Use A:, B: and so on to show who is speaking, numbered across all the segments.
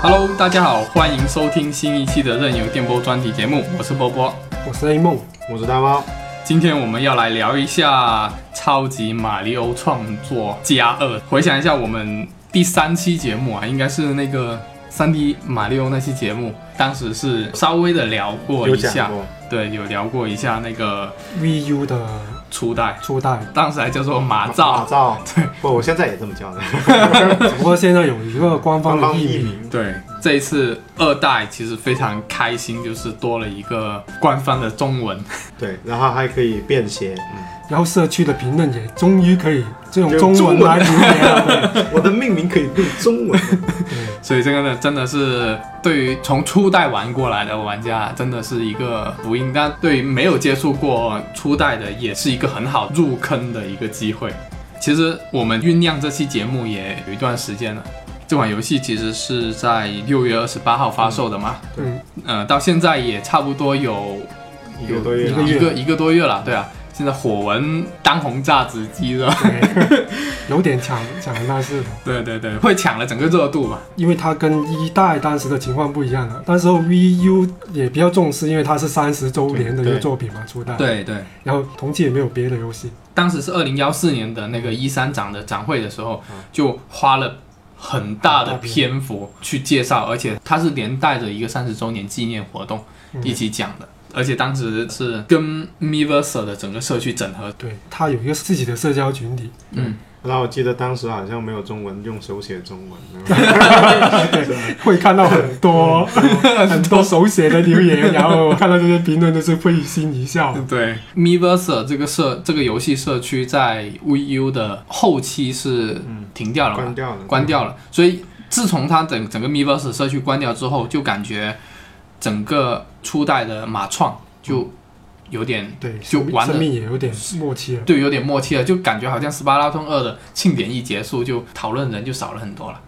A: Hello，大家好，欢迎收听新一期的任由电波专题节目，我是波波。
B: 我是 A 梦，
C: 我是大猫，
A: 今天我们要来聊一下《超级马里奥创作加二》。回想一下我们第三期节目啊，应该是那个三 D 马里奥那期节目，当时是稍微的聊过
C: 有
A: 一
C: 讲
A: 下，
C: 过，
A: 对，有聊过一下那个
B: VU 的
A: 初代，
B: 初代，
A: 当时还叫做马
C: 马
A: 照，
C: 照，不，我现在也这么叫的，
B: 只不过现在有一个官方
C: 官
B: 的
C: 方
B: 译
C: 译
B: 名，
C: 名，
A: 对，这一次二代其实非常开心，就是多了一个官方的中文。
C: 对，然后还可以 便携，嗯，
B: 然后社区的评论也终于可以这种
C: 用
B: 中
C: 中
B: 文
C: 文
B: 来评论 了。
C: 我的命名可以用中文，
B: 对对
A: 所以这个呢，真的是对于从初代玩过来的玩家，真的是一个福音。但对于没有接触过初代的，也是一个很好入坑的一个机会。其实我们酝酿这期节目也有一段时间了。这款游戏其实是在六月二十八号发售的嘛，
B: 嗯，
A: 呃，到现在也差不多有
C: 一个多月
A: 一
C: 了
A: 个一个一个多月了，对啊。现在火纹当红炸子鸡了，
B: 对，有点抢抢那是的，
A: 对对对，会抢了整个热度嘛？
B: 因为它跟一代当时的情况不一样了。当时候 VU 也比较重视，因为它是三十周年的一
C: 对
B: 个
C: 对
B: 作品嘛，初代。。
A: 对对，
B: 然后同期也没有别的游戏，
A: 当时是二零幺四年的那个一三展的展会的时候，就花了嗯很大的篇幅去介绍，而且它是连带着一个三十周年纪念活动
B: 嗯
A: 一起讲的，而且当时是跟 Miiverse 的整个社区整合，
B: 对，它有一个自己的社交群体，
A: 嗯，
C: 然后我记得当时好像没有中文，用手写中文，
B: 会看到很多 很多手写的留言，然后看到这些评论都是会心一笑。
A: 哦对，Miiverse 这个社这个游戏社区在 VU 的后期是
C: 嗯
A: 停掉了嘛
C: 关？掉了，
A: 关掉了。所以自从它整整个 Miiverse 社区关掉之后，就感觉整个初代的马创就有点
B: 对，
A: 就
B: 生命
A: 玩得
B: 生命也有点默契了。
A: 对有点默契了，就感觉好像《斯巴拉通二》的庆典一结束，就讨论人就少了很多了。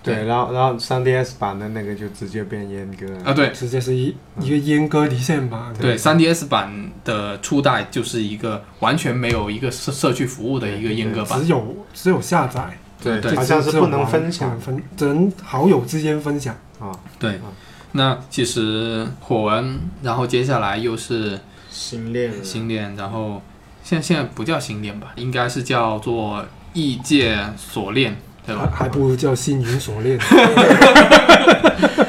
C: 对，然后然后 3DS 版的那个就直接变阉割了，
A: 啊，对
B: 直接是一一个阉割离线版。
A: 嗯对，3DS 版的初代就是一个完全没有一个社社区服务的一个阉割版
B: 只。有只有下载，
A: 对对
B: 就
C: 好像是
B: 只有
C: 不能
B: 玩
C: 分享
B: 不能分只能好友之间分享。
C: 啊，
A: 对，那其实火纹，然后接下来又是
C: 新猎人，
A: 新恋，然后现在现在不叫新恋吧，应该是叫做异界锁恋，对
B: 还
A: 吧？
B: 还不如叫星云 锁链，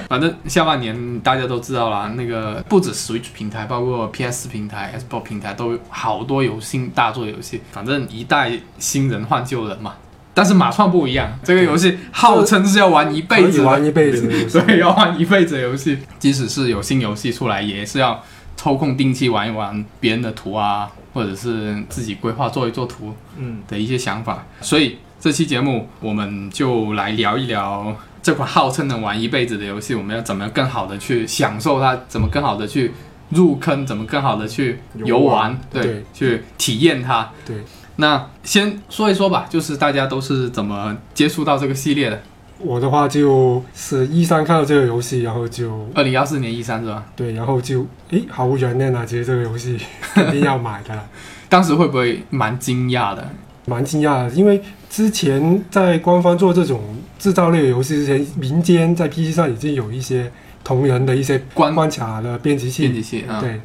A: 反正下半年大家都知道啦，那个不止 Switch 平台，包括 PS 平台、Xbox 平台都有好多有新大作游戏，反正一代新人换旧人嘛。但是马创不一样，这个游戏号称是要玩一辈
B: 可以
A: 子的，
B: 玩一辈子。
A: 对，要玩一辈子的游戏。即使是有新游戏出来，也是要抽空定期玩一玩别人的图啊，或者是自己规划做一做图，
C: 嗯，
A: 的一些想法。所以这期节目我们就来聊一聊这款号称能玩一辈子的游戏，我们要怎么更好的去享受它，怎么更好的去入坑，怎么更好的去游
C: 游
A: 玩
C: 玩，
A: 对，
B: 对
A: 去体验它。
B: 对，
A: 那先说一说吧，就是大家都是怎么接触到这个系列的？
B: 我的话就是一三看到这个游戏，然后就
A: 二零幺四年一三是吧？
B: 对，然后就诶毫无悬念啊，其实这个游戏 肯定要买的了。
A: 当时会不会蛮惊讶的？
B: 蛮惊讶的，因为之前在官方做这种制造类的游戏之前，民间在 PC 上已经有一些同人的一些
A: 关
B: 关卡的编辑
A: 编辑
B: 器，
A: 器啊
B: 对，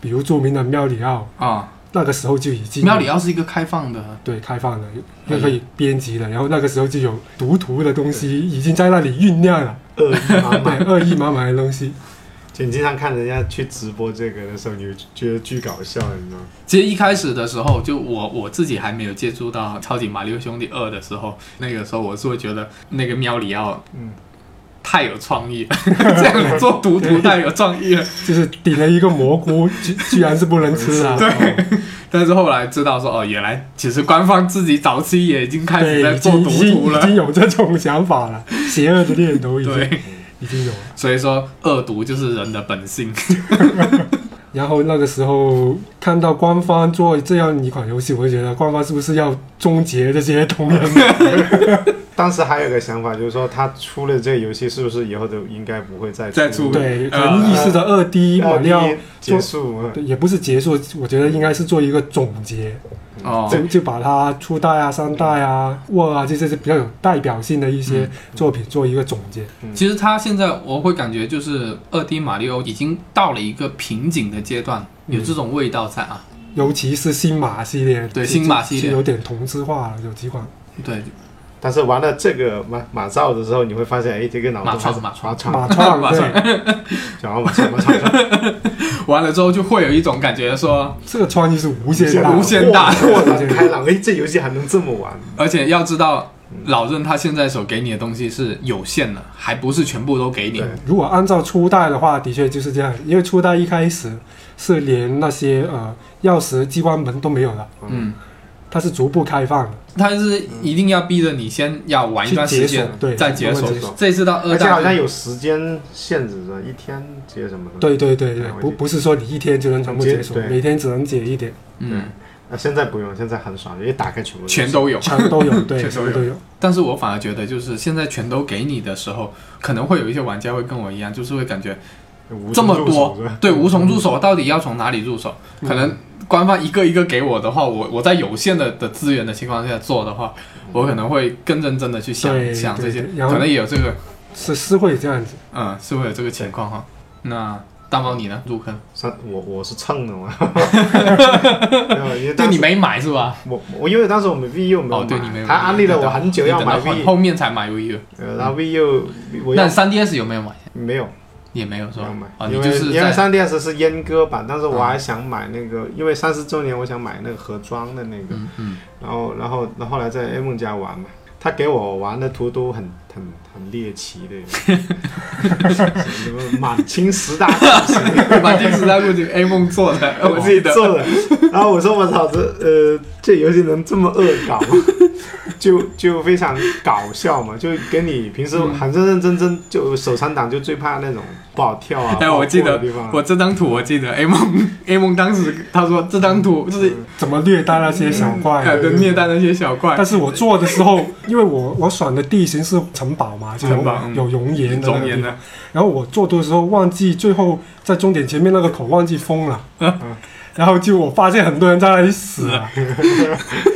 B: 比如著名的妙里奥，
A: 啊，
B: 那个时候就已经
A: 妙里奥是一个开放的，
B: 对开放了，又可以编辑了，然后那个时候就有读图的东西已经在那里酝酿了，
C: 恶意满
B: 对
C: 满。，
B: 恶意满满的东西，
C: 就你经常看人家去直播这个的时候，你就觉得巨搞笑，你知道吗？
A: 其实一开始的时候，就我我自己还没有接触到《超级马里奥兄弟二》的时候，那个时候我是会觉得那个喵里奥
C: 嗯，
A: 太有创意了， 这样做读图太有创意了。
B: 就是顶了一个蘑菇， 居居然是不能吃啊哦的，
C: 对，
A: 但是后来知道说，哦，原来其实官方自己早期也已经开始在
B: 对，已
A: 做
B: 经
A: 读
B: 已经
A: 图
B: 已
A: 了，
B: 经有这种想法了，邪恶的念头已经
A: 对，
B: 已经有了。
A: 所以说恶毒就是人的本性。
B: 然后那个时候看到官方做这样一款游戏，我就觉得官方是不是要终结这些同人？
C: 当时还有个想法，就是说他出了这个游戏，是不是以后都应该不会再
A: 再出
B: 对，可
A: 呃
B: 能意识的二 D
C: 要
B: 马里奥
C: 结束？嗯
B: 对也不是结束，我觉得应该是做一个总结，
A: 哦，
B: 就就把它初代啊、三代啊、沃啊这些是比较有代表性的一
A: 嗯
B: 些作品做一个总结。
A: 其实它现在我会感觉就是二 D 马里奥已经到了一个瓶颈的阶段，有
B: 嗯
A: 这种味道在啊。
B: 尤其是新马系列，
A: 对
B: 就
A: 新马系列
B: 就有点同质化了，有几款。
A: 对，
B: 嗯
C: 但是玩了这个马马照的时候，你会发现，哎，这个脑
A: 马
C: 洞还
A: 创
C: 是
A: 马创
C: 马
B: 马
C: 创，
B: 创
A: 马创
B: 对，
C: 然后马创马创，
A: 完了之后就会有一种感觉说，
B: 这个创意是无限大的，
A: 无限大
C: 豁然开朗，哎，这游戏还能这么玩？
A: 而且要知道，老任他现在所给你的东西是有限的，还不是全部都给你
C: 对。
B: 如果按照初代的话，的确就是这样，因为初代一开始是连那些呃钥匙、机关门都没有的，
A: 嗯，
B: 它是逐步开放的。
A: 他是一定要逼着你先要玩一段时间
B: 去
C: 嗯
B: 解锁，对
A: 再解
B: 慢
A: 锁
B: 慢
C: 解锁。
A: 这次到二
C: 而且好像
A: 代就，
C: 有时间限制的，一天接什么的。
B: 对对对对
C: 哎，我
B: 不不是说你一天就能全部解锁，
C: 对
B: 每天只能解一点，
A: 嗯，
C: 啊，现在不用，现在很爽，一打开全部都是
A: 全都有。
B: 全都 有，对，
A: 全
B: 全
A: 都有
B: 都有。
A: 但是我反而觉得，就是现在全都给你的时候，可能会有一些玩家会跟我一样，就是会感觉
C: 无
A: 这么
C: 从入手
A: 多
C: 是吧，嗯
A: 对，无从入手，到底要从哪里入手？可能官方一个一个给我的话，我我在有限的的资源的情况下做的话，我可能会更认真的去想
B: 对
A: 想这
B: 对
A: 些，
B: 对然后
A: 可能也有这个，
B: 是是会这样子，
A: 嗯，是会有这个情况哈。那大猫你呢？入坑？
C: 三，我我是蹭的 嘛，没有因为
A: 对
C: 当
A: 你
C: 时
A: 没买是吧？
C: 我我因为当时我们 VU 没有
A: 哦，
C: 买，
A: 对你没有买。
C: 他安利了我很久要买
A: 你等到
C: V，
A: 后面才买 VU。
C: 呃，然后 VU 我
A: 那
C: 要
A: 3DS 有没有买？
C: 没有
A: 也没有是
C: 没
A: 吧
C: 有买？
A: 啊，，你
C: 因
A: 就
C: 为
A: 是
C: 因为
A: 在
C: 三 DS 是阉割版，但是我
A: 嗯
C: 还想买那个，因为三十周年我想买那个盒装的那个，
A: 嗯嗯
C: 然后然后然后后来在 A 梦家玩嘛，他给我玩的图都很很很猎奇的，什么满清十 大酷刑
A: 满地时代估计 A 梦做的， 我
C: 自己
A: 记得。
C: 做的。然后我说我操，这呃这游戏能这么恶搞吗？ 就就非常搞笑嘛，就跟你平
A: 嗯
C: 时很认认真真就手残党就最怕那种不好跳啊，
A: 哎，
C: 不好
A: 我记
C: 过
A: 得
C: 的地方啊
A: 我这张图，我记得 A 梦 A 梦当时他说这张
C: 嗯
A: 图就是
B: 怎么虐待那些小怪
A: 呃
B: 啊？
A: 对虐待那些小怪
B: 但，是我做的时候，因为我我选的地形是城堡嘛，就有
A: 城堡嗯
B: 有熔岩的那
A: 中
B: 个地
A: 年
B: 方
A: 的，
B: 然后我做图的时候忘记，最后在终点前面那个口忘记封了，
A: 啊
B: 嗯然后就我发现很多人在那里死了，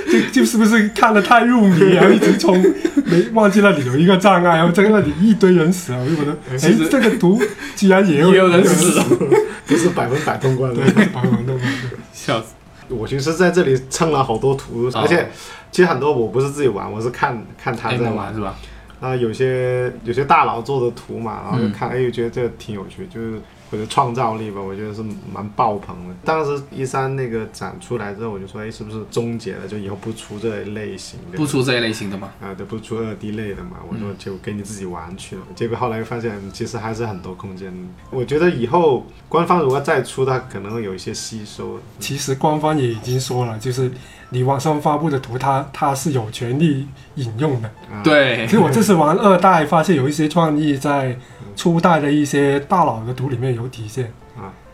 B: 就就是不是看得太入迷，然后一直冲，没忘记那里有一个障碍，然后在那里一堆人死了，我就觉得，
A: 呃其实
B: 哎，这个图居然也 有哦
A: 也有 人死，
C: 不是百分百通关的
B: 对。，把我弄到
A: 笑死。
C: 我其实在这里蹭了好多图，
A: 啊
C: 而且其实很多我不是自己玩，我是看看他
A: A
C: 在
A: 梦哎
C: 玩
A: 玩。是吧？
C: 然后有些有些大佬做的图嘛，然后就
A: 嗯
C: 看，哎，又觉得这个挺有趣，就是或者创造力吧，我觉得是蛮爆棚的。当时一三那个展出来之后，我就说，哎，是不是终结了？就以后不出这类型的，
A: 不出嗯这一类型的嘛。
C: 啊，对，不出二 D 类的嘛。我说就给你自己玩去了。结果后来发现，其实还是很多空间的。我觉得以后官方如果再出，它可能会有一些吸收。
B: 其实官方也已经说了，就是你网上发布的图它，它是有权利引用的。
C: 啊、，
A: 对
B: 其，实我这次玩二代，发现有一些创意在初代的一些大佬的图里面有体现。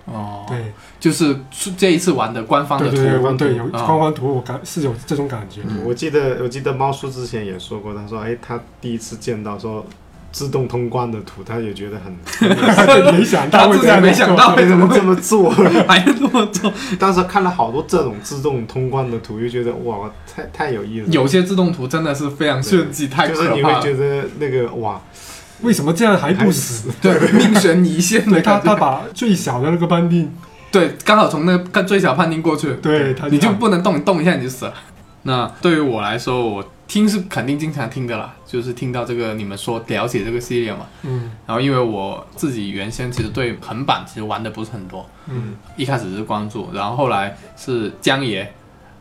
A: 哦，
B: 对，
A: 就是出这一次玩的官方的
B: 对
A: 图
B: 对对，
C: 官
B: 我
C: 方
B: 对
C: 图
B: 有
A: 啊
B: 官方图，我感是有这 种感觉。
C: 我记得我记得猫叔之前也说过，他说，哎，他第一次见到说自动通关的图，他也觉得很
B: 没想到会这
A: 他自己
B: 样
A: 没想到
B: 做
A: 啊为什么会
C: 这么做？
A: 还要这么做？
C: 当时看了好多这种自动通关的图，就觉得哇，太太有意思了。
A: 有些自动图真的是非常炫技，太
C: 就是
A: 可
C: 你
A: 怕
C: 会
A: 了
C: 觉。得那个哇，
B: 为什么这样还不死？
A: 对，命悬一线的
B: 对他，
A: 感
B: 他
A: 觉。
B: 把最小的那个判定，
A: 对，刚好从那个最小判定过去。
B: 对，他
A: 你就
B: 看
A: 不能动，你动一下你就死了。那对于我来说，我听是肯定经常听的啦，就是听到这个你们说了解这个系列嘛。
B: 嗯
A: 然后因为我自己原先其实对横版其实玩的不是很多，
B: 嗯
A: 一开始是关注，然后后来是江爷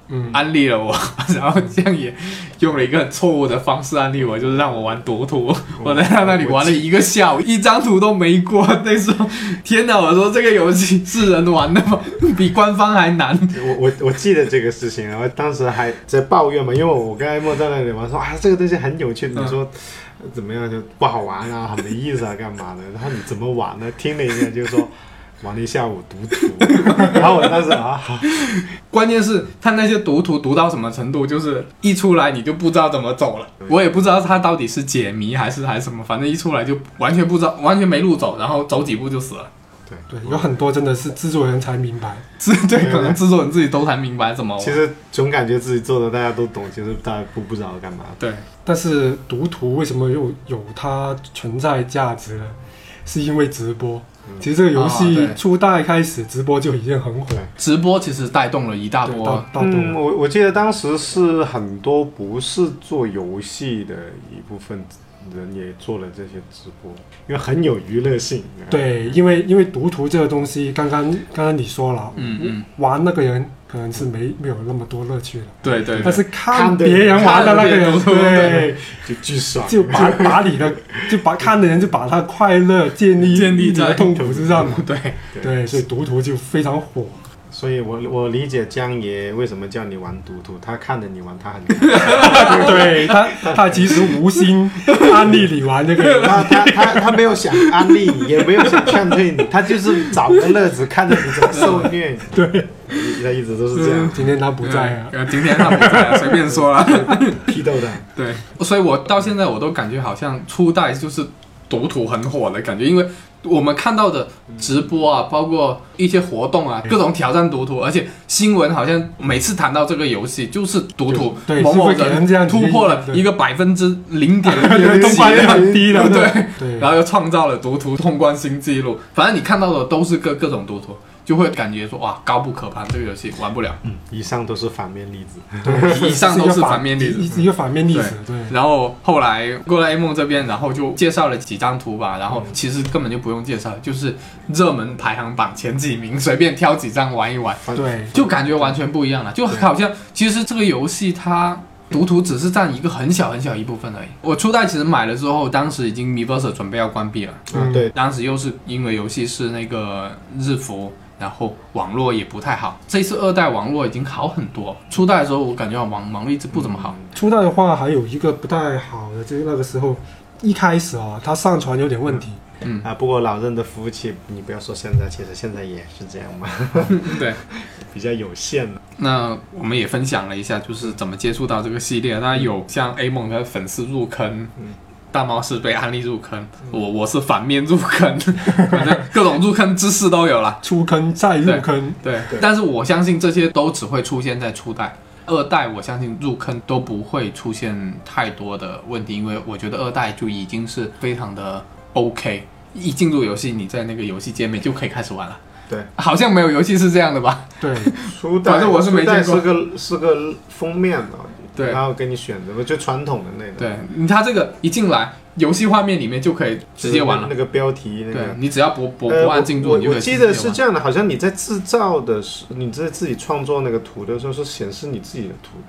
B: 嗯，
A: 安利了我， 然后江爷用了一个很错误的方式安利我，就是让我玩夺
C: 哦
A: 图，我在他那里玩了一个下午，一张图都没过。那时候，天哪！我说这个游戏是人玩的吗？ 比官方还难。
C: 我我我记得这个事情，然后当时还在抱怨嘛，因为我跟艾莫在那里玩，说啊这个东西很有趣，
B: 嗯
C: 你说呃怎么样就不好玩啊，很没意思啊，干嘛的？然后你怎么玩呢？听了一下就说。玩了一下午读图， 然后我当时啊，好
A: 关键是他那些读图读到什么程度，就是一出来你就不知道怎么走了。我也不知道他到底是解谜还是还是什么，反正一出来就完全不知道，完全没路走，然后走几步就死了。
C: 对
B: 对，有很多真的是制作人才明白，
A: 这对，可能制作人自己都才明白怎么玩。
C: 其实总感觉自己做的大家都懂，其实大家都不知道干嘛。
A: 对，
B: 但是读图为什么又有它存在价值呢？是因为直播。其实这个游
A: 啊
B: 戏
A: 对
B: 初代开始直播就已经很火，
A: 直播其实带动了一大
B: 对大
A: 波。
B: 大多
C: 嗯，我我记得当时是很多不是做游戏的一部分人也做了这些直播，因为很有娱乐性。，
B: 对，因为因为读图这个东西，刚刚刚刚你说了，
A: 嗯嗯，
B: 玩那个人可能是没没有那么多乐趣了，
A: 对对对，
B: 但是看
C: 看的
B: 别人玩的那个人，
A: 看别人
B: 对，
C: 就巨爽。
B: 就把把你的就把看的人就把他快乐建立
A: 建立
B: 你的
A: 在
B: 痛苦之上嘛，
A: 对，
B: 对，啊所以读图就非常火。
C: 所以我我理解江爷为什么叫你玩赌徒，他看着你玩，他很
B: 对他，他其实 无心安利你玩这个，
C: 他他他他没有想安利你，也没有想劝退你，他就是找个乐子，看着你怎么受虐。 对，他一直都是这样
B: 今天他不在啊，
A: 呃，今天他不在啊，随便说了。
C: 批斗的。
A: 对，所以我到现在我都感觉好像初代就是读图很火的感觉，因为我们看到的直播啊，包括一些活动啊，各种挑战读图，而且新闻好像每次谈到这个游戏就是读图
B: 对，
A: 某某
B: 是会给人这
A: 人
B: 样
A: 突破了一个百分之零点 零
B: 都
A: 几
B: 发现很低了，
A: 啊 对，
B: 对
A: 然后又创造了读图通关新纪录。反正你看到的都是各各种读图，就会感觉说哇，高不可攀，这个游戏玩不 了。
C: 以上都是反面例子。
A: 以上都是反面例
B: 一
A: 子。
B: 一个反面例子，对。
A: 然后后来过来 A 梦这边，然后就介绍了几张图吧，然后其实根本就不用介绍，就是热门排行榜前几名，随便挑几张玩一玩，
C: 反
B: 对
A: 就感觉完全不一样了，就好像其实这个游戏它。读图只是占一个很小很小一部分而已。我初代其实买了之后，当时已经 Miiverse 准备要关闭了，
C: 啊，对，
A: 当时又是因为游戏是那个日服，然后网络也不太好。这次二代网络已经好很多，初代的时候我感觉网网络一直不怎么好。
B: 初代的话还有一个不太好的，就是那个时候一开始啊，它上传有点问题，
C: 啊，不过老任的服务器，你不要说现在，其实现在也是这样 嘛，
A: 对，
C: 比较有限的。
A: 那我们也分享了一下，就是怎么接触到这个系列。那有像 A 梦的粉丝入坑，
C: 嗯
A: 大猫是被安利入坑，我我是反面入坑， 反正各种入坑知识都有了。
B: 出坑再入坑，
A: 对，
C: 对
A: 但是我相信这些都只会出现在初代。二代我相信入坑都不会出现太多的问题，因为我觉得二代就已经是非常的 OK，一进入游戏你在那个游戏界面就可以开始玩了，
C: 对，
A: 好像没有游戏是这样的吧？
B: 对，
C: 初代
A: 反正我是没
C: 初代
A: 见过
C: 是个是个封面的，
A: 对
C: 然后给你选择就传统的那个，
A: 对，你它这个一进来游戏画面里面就可以直接玩了。
C: 那个标题那
A: 对
C: 个。
A: 你只要不不
C: 呃
A: 不按进
C: 我
A: 度，你就可以
C: 我我
A: 直接
C: 记得是
A: 玩。
C: 这样的，好像你在制造的时，你在自己创作那个图的时候，是显示你自己的图的，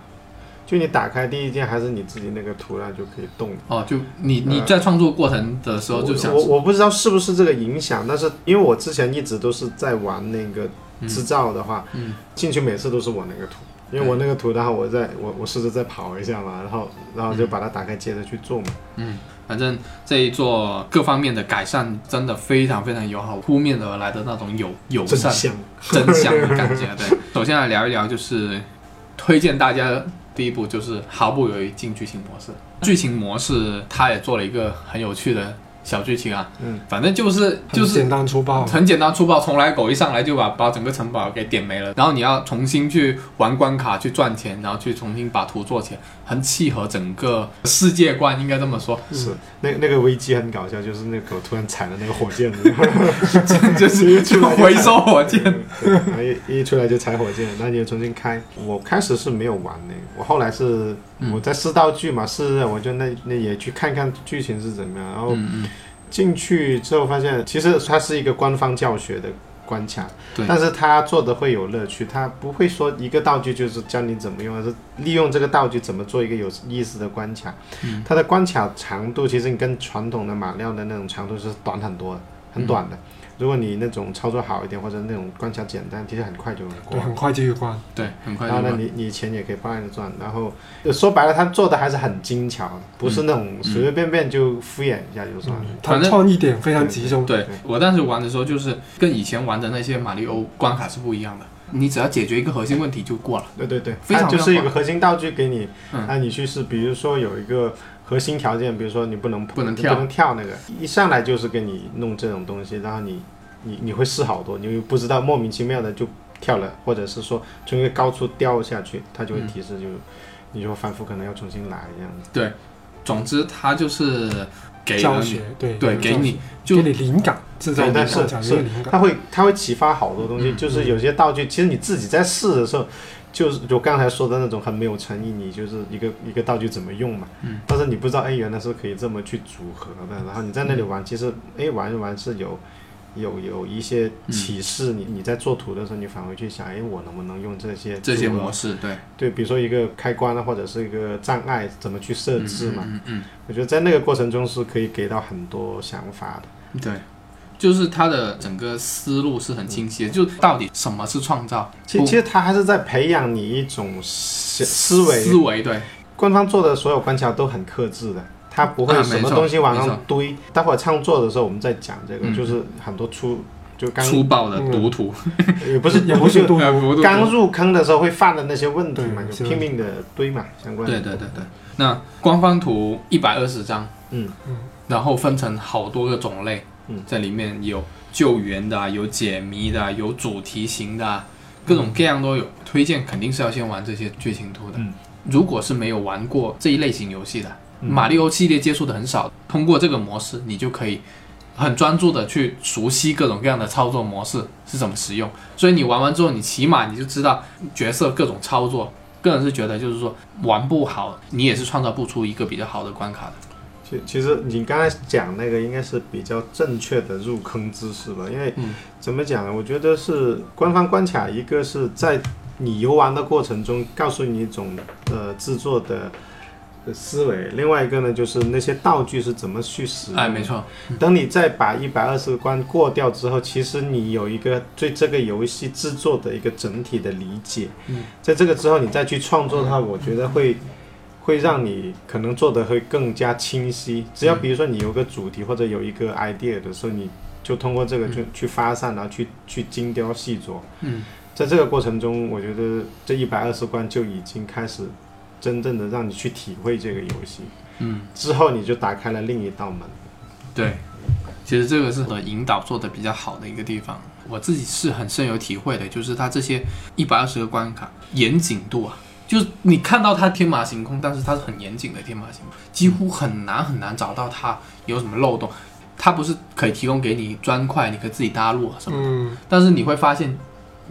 C: 就你打开第一件还是你自己那个图，然后就可以动。
A: 哦，就你你在创作过程的时候就想
C: 我我我不知道是不是这个影响，但是因为我之前一直都是在玩那个制造的话，
A: 嗯
C: 进去每次都是我那个图，因为我那个图，然后我再我我试着再跑一下嘛，然后然
A: 嗯
C: 后就把它打开接着去做嘛。
A: 反正这一座各方面的改善真的非常非常友好，扑面而来的那种友友
C: 真
A: 善
C: 香，
A: 真香的感觉。 对，首先来聊一聊，就是推荐大家的第一步就是毫不犹豫进剧情模式。剧情模式它也做了一个很有趣的小剧情啊，
C: 嗯，
A: 反正就是就
B: 很
A: 是
B: 简单粗暴，
A: 很简单粗暴，从来狗一上来就把把整个城堡给点没了，然后你要重新去玩关卡去赚钱，然后去重新把图做起来，很契合整个世界观，应该这么说，
C: 是那那个危机很搞笑，就是那个狗突然踩了那个火箭，
A: 就是去回收火箭。
C: 对然后一一出来就踩火箭，那你就重新开。我开始是没有玩那个，我后来是
A: 嗯
C: 我在试道具嘛，试着我就那那也去看看剧情是怎么样，然后
A: 嗯嗯，
C: 进去之后发现，其实它是一个官方教学的关卡，
A: 对
C: 但是它做的会有乐趣，它不会说一个道具就是教你怎么用，而是利用这个道具怎么做一个有意思的关卡。
A: 嗯
C: 它的关卡长度其实你跟传统的马料的那种长度是短很多的，很短的。
A: 嗯
C: 如果你那种操作好一点，或者那种关卡简单，其实很快就能过
B: 对，。很快就过关。
A: 对，很快
C: 然后呢，
A: 就
C: 你你钱也可以不断的赚。然后呃说白了，他做的还是很精巧的，不是那
A: 嗯
C: 种随随便便就敷衍一下就算了。
B: 它
A: 反正
B: 创意点非常集中，
A: 对我当时玩的时候，就是跟以前玩的那些马里奥关卡是不一样的，你只要解决一个核心问题就过了。
C: 对对对，
A: 非
C: 它
A: 常
C: 就是
A: 妙
C: 有
A: 化
C: 个核心道具给你，
A: 嗯
C: 那你去试。比如说有一个核心条件，比如说你不能
A: 不能
C: 能
A: 跳
C: 不能跳那个，一上来就是给你弄这种东西，然后你你你会试好多，你又不知道莫名其妙的就跳了，或者是说从一个高处掉下去，它
A: 嗯
C: 就会提示就、你就反复可能要重新来这样子。
A: 总之，它就是给
B: 教
A: 了
B: 学
A: 你，
B: 对
A: 对，给你就
B: 给你灵感，制造
C: 对
B: 灵
C: 但
B: 感，
C: 是
B: 讲
C: 是
B: 究灵感。
C: 它会它会启发好多东西，
A: 嗯
C: 就是有些道具，其实你自己在试的时候，就是我刚才说的那种很没有诚意，你就是一个一个道具怎么用嘛，
A: 嗯
C: 但是你不知道，哎，原来是可以这么去组合的，然后你在那里
A: 嗯
C: 玩，其实哎玩一玩是有。有有一些启示，
A: 嗯
C: 你你在做图的时候，你返回去想，哎，我能不能用这些
A: 这些
C: 组合
A: 模式，对，
C: 对，比如说一个开关啊，或者是一个障碍，怎么去设置嘛？
A: 嗯嗯
C: 我觉得在那个过程中是可以给到很多想法的。
A: 嗯，对。就是它的整个思路是很清晰的，就到底什么是创造？
C: 其
A: 不
C: 其实他还是在培养你一种思思
A: 思
C: 维。
A: 维对，
C: 官方做的所有关卡都很克制的，他不会
A: 啊
C: 什
A: 没
C: 么
A: 错
C: 东西往
A: 没
C: 上
A: 错
C: 堆。待会儿唱作的时候我们再讲这个，
A: 嗯
C: 就是很多出就刚
A: 粗暴的
B: 嗯
A: 读图，
C: 也不是
B: 也不是
C: 就
B: 多
A: 呃不读图
C: 刚入坑的时候会犯的那些问题嘛，
B: 对
C: 就拼命的堆嘛，相关的。
A: 对对对对，那官方图一百二十张，
C: 嗯
B: 嗯，
A: 然后分成好多个种类，
C: 嗯，
A: 在里面有救援的啊、有解谜的啊、有主题型的啊，各种各样都有。推荐肯定是要先玩这些剧情图的。
C: 嗯
A: 如果是没有玩过这一类型游戏的，
C: 嗯
A: 马里奥系列接触的很少，通过这个模式，你就可以很专注的去熟悉各种各样的操作模式是怎么使用。所以你玩完之后，你起码你就知道角色各种操作。个人是觉得，就是说玩不好，你也是创造不出一个比较好的关卡的。
C: 其其实你刚才讲那个应该是比较正确的入坑姿势吧，因为
A: 嗯
C: 怎么讲呢？我觉得是官方关卡，一个是在你游玩的过程中告诉你一种呃制作的呃思维，另外一个呢就是那些道具是怎么去使用。
A: 哎，没。错，
C: 等你再把一百二十个关过掉之后，其实你有一个对这个游戏制作的一个整体的理解。
A: 嗯，
C: 在这个之后你再去创作的话，我觉得会会让你可能做的会更加清晰。只
A: 嗯
C: 要比如说你有个主题或者有一个 idea 的时候，你就通过这个去去发散，然后去去精雕细琢。
A: 嗯。
C: 在这个过程中，我觉得这一百二十关就已经开始真正的让你去体会这个游戏，
A: 嗯，
C: 之后你就打开了另一道门。
A: 对，其实这个是我的引导做的比较好的一个地方，我自己是很深有体会的，就是它这些一百二十个关卡严谨度啊，就是你看到它天马行空，但是它是很严谨的天马行空，几乎很难很难找到它有什么漏洞。它不是可以提供给你砖块，你可以自己搭路啊什么，
B: 嗯，
A: 但是你会发现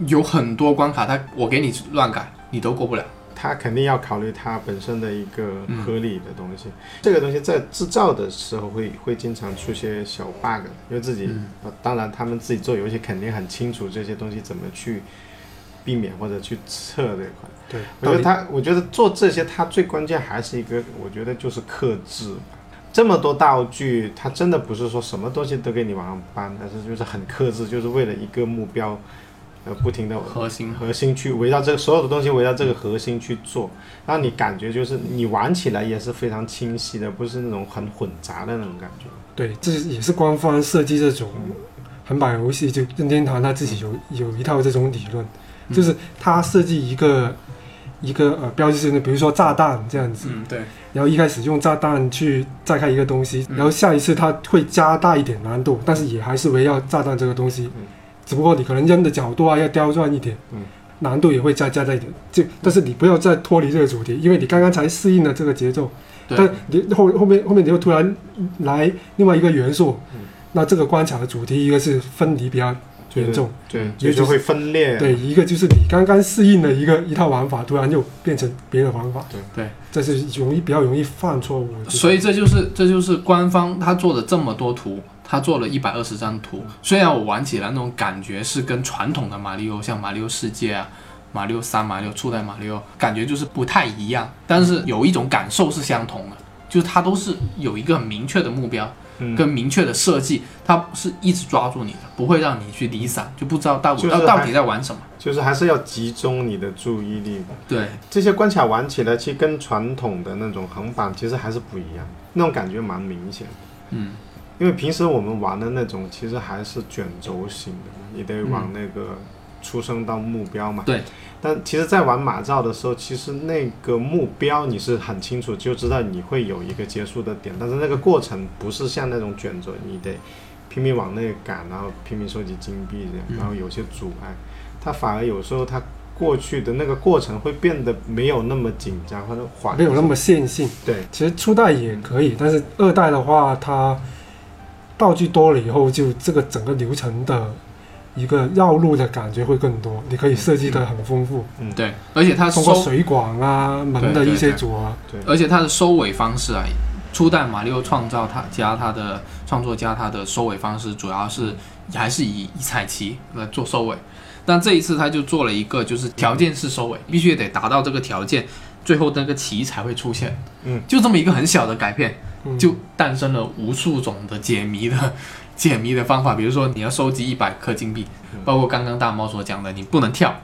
A: 有很多关卡它我给你乱改，你都过不了。
C: 它肯定要考虑它本身的一个合理的东西。这个东西在制造的时候会会经常出些小 bug，因为自己、呃当然他们自己做游戏肯定很清楚这些东西怎么去避免或者去测这一块。
B: 对，
C: 我觉得他，我觉得做这些，他最关键还是一个，我觉得就是克制吧。这么多道具，他真的不是说什么东西都给你往上搬，但是就是很克制，就是为了一个目标，呃，不停的
A: 核心
C: 核心去围绕这个所有的东西围绕这个核心去做，让你感觉就是你玩起来也是非常清晰的，不是那种很混杂的那种感觉。
B: 对，这也是官方设计这种横版游戏，就任天堂他自己有有一套这种理论，
A: 嗯
B: 就是他设计一个一个呃标志性的，比如说炸弹这样子，
A: 嗯，对，
B: 然后一开始用炸弹去炸开一个东西，
A: 嗯
B: 然后下一次它会加大一点难度，但是也还是围绕炸弹这个东西
C: 嗯，
B: 只不过你可能扔的角度啊要刁钻一点
C: 嗯，
B: 难度也会再加大一点。就
A: 嗯
B: 但是你不要再脱离这个主题，因为你刚刚才适应了这个节奏，但
A: 对，
B: 你后后面后面你又突然来另外一个元素
C: 嗯，
B: 那这个关卡的主题一个是分离比较严重，
C: 对，
B: 也
C: 就是
B: 就是
C: 会分裂。
B: 对，一个就是你刚刚适应了一个一套玩法，突然又变成别的玩法，
C: 对
A: 对，
B: 这是容易比较容易犯错误
C: 嗯
B: 的地方。
A: 所以这就是这就是官方他做的这么多图，他做了一百二十张图。
C: 嗯
A: 虽然我玩起来那种感觉是跟传统的马里奥，像马里奥世界啊、马里奥三、马里奥初代马里奥，感觉就是不太一样，但是有一种感受是相同的，就是它都是有一个很明确的目标
C: 嗯，
A: 跟明确的设计，它是一直抓住你的，不会让你去离散，就不知道到底
C: 就是还
A: 到底在玩什么。
C: 就是还是要集中你的注意力吧。
A: 对，
C: 这些关卡玩起来，其实跟传统的那种横版其实还是不一样，那种感觉蛮明显的。
A: 嗯，
C: 因为平时我们玩的那种，其实还是卷轴型的，你得
B: 嗯
C: 往那个出生到目标嘛。
A: 对。
C: 但其实，在玩马照的时候，其实那个目标你是很清楚，就知道你会有一个结束的点，但是那个过程不是像那种卷轴，你得拼命往内赶，然后拼命收集金币这样，
A: 嗯
C: 然后有些阻碍，它反而有时候它过去的那个过程会变得没有那么紧张或者缓，
B: 没有那么线性。
C: 对。
B: 其实初代也可以，但是二代的话，它道具多了以后，就这个整个流程的一个绕路的感觉会更多，你可以设计的很丰富，
A: 对，而且嗯它
B: 通过
A: 收，
B: 水管啊、门的一些组合，
A: 而且它的收尾方式啊，初代马里奥创造它加它的创作家它的收尾方式，主要是还是以以彩旗来做收尾。但这一次他就做了一个，就是条件式收尾，必须得达到这个条件，最后那个旗才会出现。
C: 嗯，
A: 就这么一个很小的改变，
B: 嗯
A: 就诞生了无数种的解谜的 解谜的方法。比如说，你要收集一百颗金币，包括刚刚大猫所讲的，你不能跳。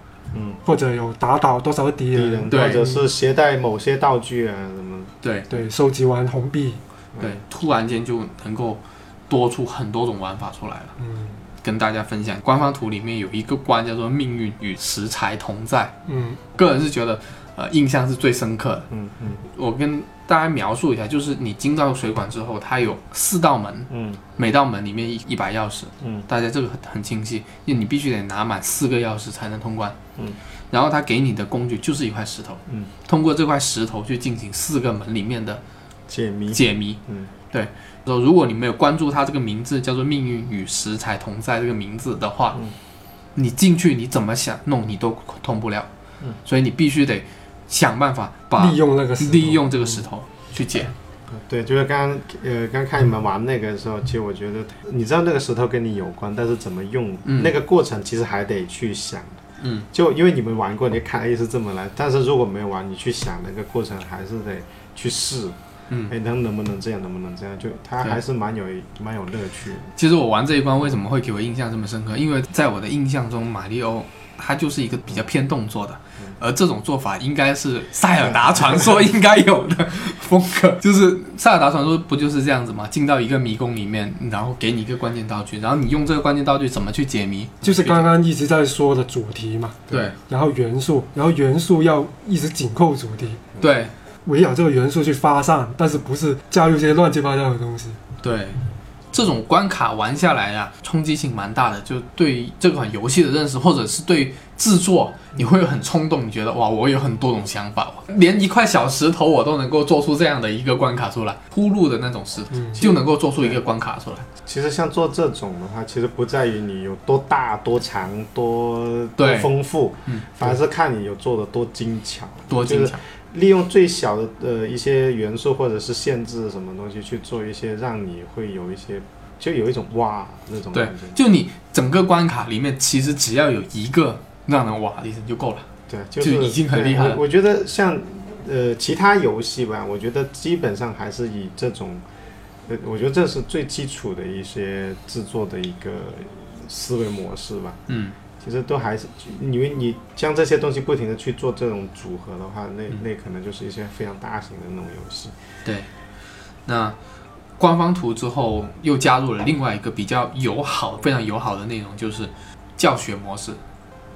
B: 或者有打倒多少个敌
C: 敌
B: 人，
C: 人，
A: 对
C: 或者是携带某些道具啊什么的。
A: 对
B: 对，收集完红币，
A: 对，突然间就能够多出很多种玩法出来了。
B: 嗯
A: 跟大家分享，官方图里面有一个关叫做“命运与食材同在
B: 嗯”，
A: 个人是觉得呃印象是最深刻的。
C: 嗯嗯
A: 我跟大家描述一下，就是你进到水管之后，它有四道门，
C: 嗯
A: 每道门里面一一把钥匙，
C: 嗯
A: 大家这个很很清晰，因为你必须得拿满四个钥匙才能通关。
C: 嗯，
A: 然后他给你的工具就是一块石头，
C: 嗯，
A: 通过这块石头去进行四个门里面的
C: 解谜。
A: 解谜。
C: 嗯，
A: 对。说如果你没有关注它这个名字叫做“命运与食材同在”这个名字的话，
C: 嗯
A: 你进去你怎么想弄你都通不了，
C: 嗯、
A: 所以你必须得想办法把
B: 利用那个石头
A: 利用这个石头去解。
C: 对，就是刚刚呃刚看你们玩那个的时候，其实我觉得你知道那个石头跟你有关，但是怎么用、
A: 嗯
C: 那个过程其实还得去想。
A: 嗯，
C: 就因为你们玩过，你看 A 是这么来，但是如果没有玩，你去想那个过程还是得去试。
A: 嗯，
C: 哎，能能不能这样，能不能这样？就它
A: 对
C: 还是蛮有蛮有乐趣的。
A: 其实我玩这一关为什么会给我印象这么深刻？因为在我的印象中，马里奥他就是一个比较偏动作的，而这种做法应该是塞尔达传说应该有的风格。就是塞尔达传说不就是这样子吗？进到一个迷宫里面，然后给你一个关键道具，然后你用这个关键道具怎么去解谜？
B: 就是刚刚一直在说的主题嘛，
A: 对
B: 然后元素，然后元素要一直紧扣主题，
A: 对
B: 围绕这个元素去发散，但是不是加入一些乱七八糟的东西。
A: 对，这种关卡玩下来啊，冲击性蛮大的。就对这款游戏的认识，或者是对制作，你会很冲动，你觉得哇，我有很多种想法，哦连一块小石头我都能够做出这样的一个关卡出来，铺路的那种石头
B: 嗯
A: 就能够做出一个关卡出来。
C: 其实像做这种的话，其实不在于你有多大、多长、多多
A: 对
C: 丰富，
A: 嗯
C: 反而是看你有做的多精巧，
A: 多精
C: 就是
A: 巧！
C: 利用最小的呃一些元素或者是限制什么东西去做一些让你会有一些就有一种哇那种
A: 对
C: 感觉，，
A: 就你整个关卡里面，其实只要有一个让人哇的一声就够了。
C: 对，就
A: 就是已经很厉害
C: 对
A: 了
C: 我我觉得像呃其他游戏吧，我觉得基本上还是以这种，呃，我觉得这是最基础的一些制作的一个思维模式吧。
A: 嗯，
C: 其实都还是，因为你将这些东西不停的去做这种组合的话，那
A: 嗯
C: 那可能就是一些非常大型的那种游戏。
A: 对。那官方图之后又加入了另外一个比较友好、非常友好的内容，就是教学模式，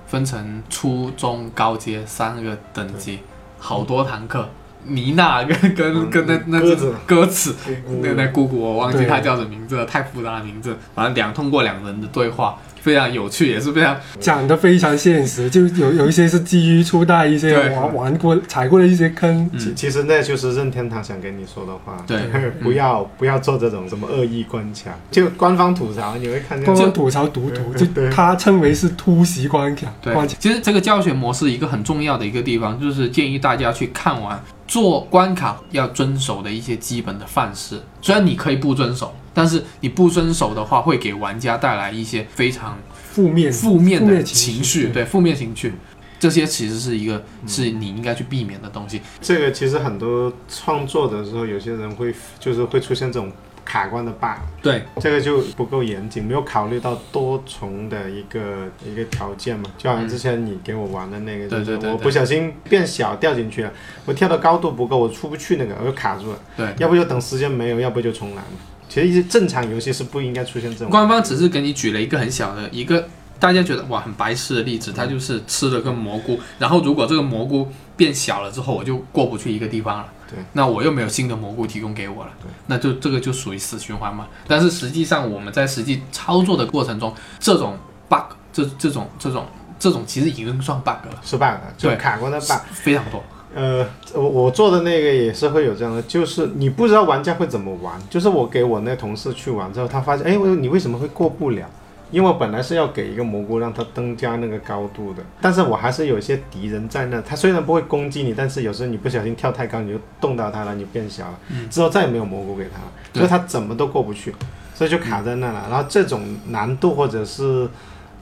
A: 分成初中、高阶三个等级，好多堂课。妮娜跟跟
C: 嗯
A: 跟那那
C: 鸽子
A: 鸽子，
C: 嗯
A: 那那姑姑，我忘记
B: 对
A: 她叫什么名字了，太复杂的名字。反正两通过两人的对话，非常有趣，也是非常
B: 讲的非常现实，就有有一些是基于初代一些
A: 对
B: 玩玩过踩过的一些坑，
C: 其其实那就是任天堂想跟你说的话，
A: 嗯对 嗯
C: 不要不要做这种什么恶意关卡，就官方吐槽你会看见
B: 官，方吐槽毒毒，就
C: 对对
B: 他称为是突袭关卡，
A: 对
B: 关，卡
A: 其实这个教学模式一个很重要的一个地方，就是建议大家去看完做关卡要遵守的一些基本的范式。虽然你可以不遵守，但是你不遵守的话，会给玩家带来一些非常
B: 负面
A: 负面的
B: 情
A: 情绪，，对负面情绪。这些其实是一个是你应该去避免的东西。
C: 这个其实很多创作的时候，有些人会就是会出现这种卡关的 bug，
A: 对，
C: 这个就不够严谨，没有考虑到多重的一个一个条件嘛。就好像之前你给我玩的那个，
A: 嗯对
C: 就
A: 对
C: 是
A: 对
C: 我
A: 对
C: 不小心变小掉进去了，我跳的高度不够，我出不去那个，我就卡住了。
A: 对，
C: 要不就等时间没有，要不就重来嘛。其实一些正常游戏是不应该出现这种。
A: 官方只是给你举了一个很小的一个大家觉得哇很白痴的例子，
C: 嗯
A: 它就是吃了个蘑菇，然后如果这个蘑菇变小了之后，我就过不去一个地方了。
C: 对，
A: 那我又没有新的蘑菇提供给我了，那就这个就属于死循环嘛。但是实际上我们在实际操作的过程中，这种 bug 这这种这种这种其实已经算 bug 了，
C: 是 bug 的，就
A: 对
C: 卡关的 bug。
A: 非常多。
C: 呃，我我做的那个也是会有这样的，就是你不知道玩家会怎么玩。就是我给我那同事去玩之后，他发现，哎，我你为什么会过不了？因为我本来是要给一个蘑菇让它增加那个高度的，但是我还是有一些敌人在那。它虽然不会攻击你，但是有时候你不小心跳太高，你就动到它了，你就变小了。之后再也没有蘑菇给它了，
A: 对
C: 所以它怎么都过不去，所以就卡在那了。然后这种难度或者是，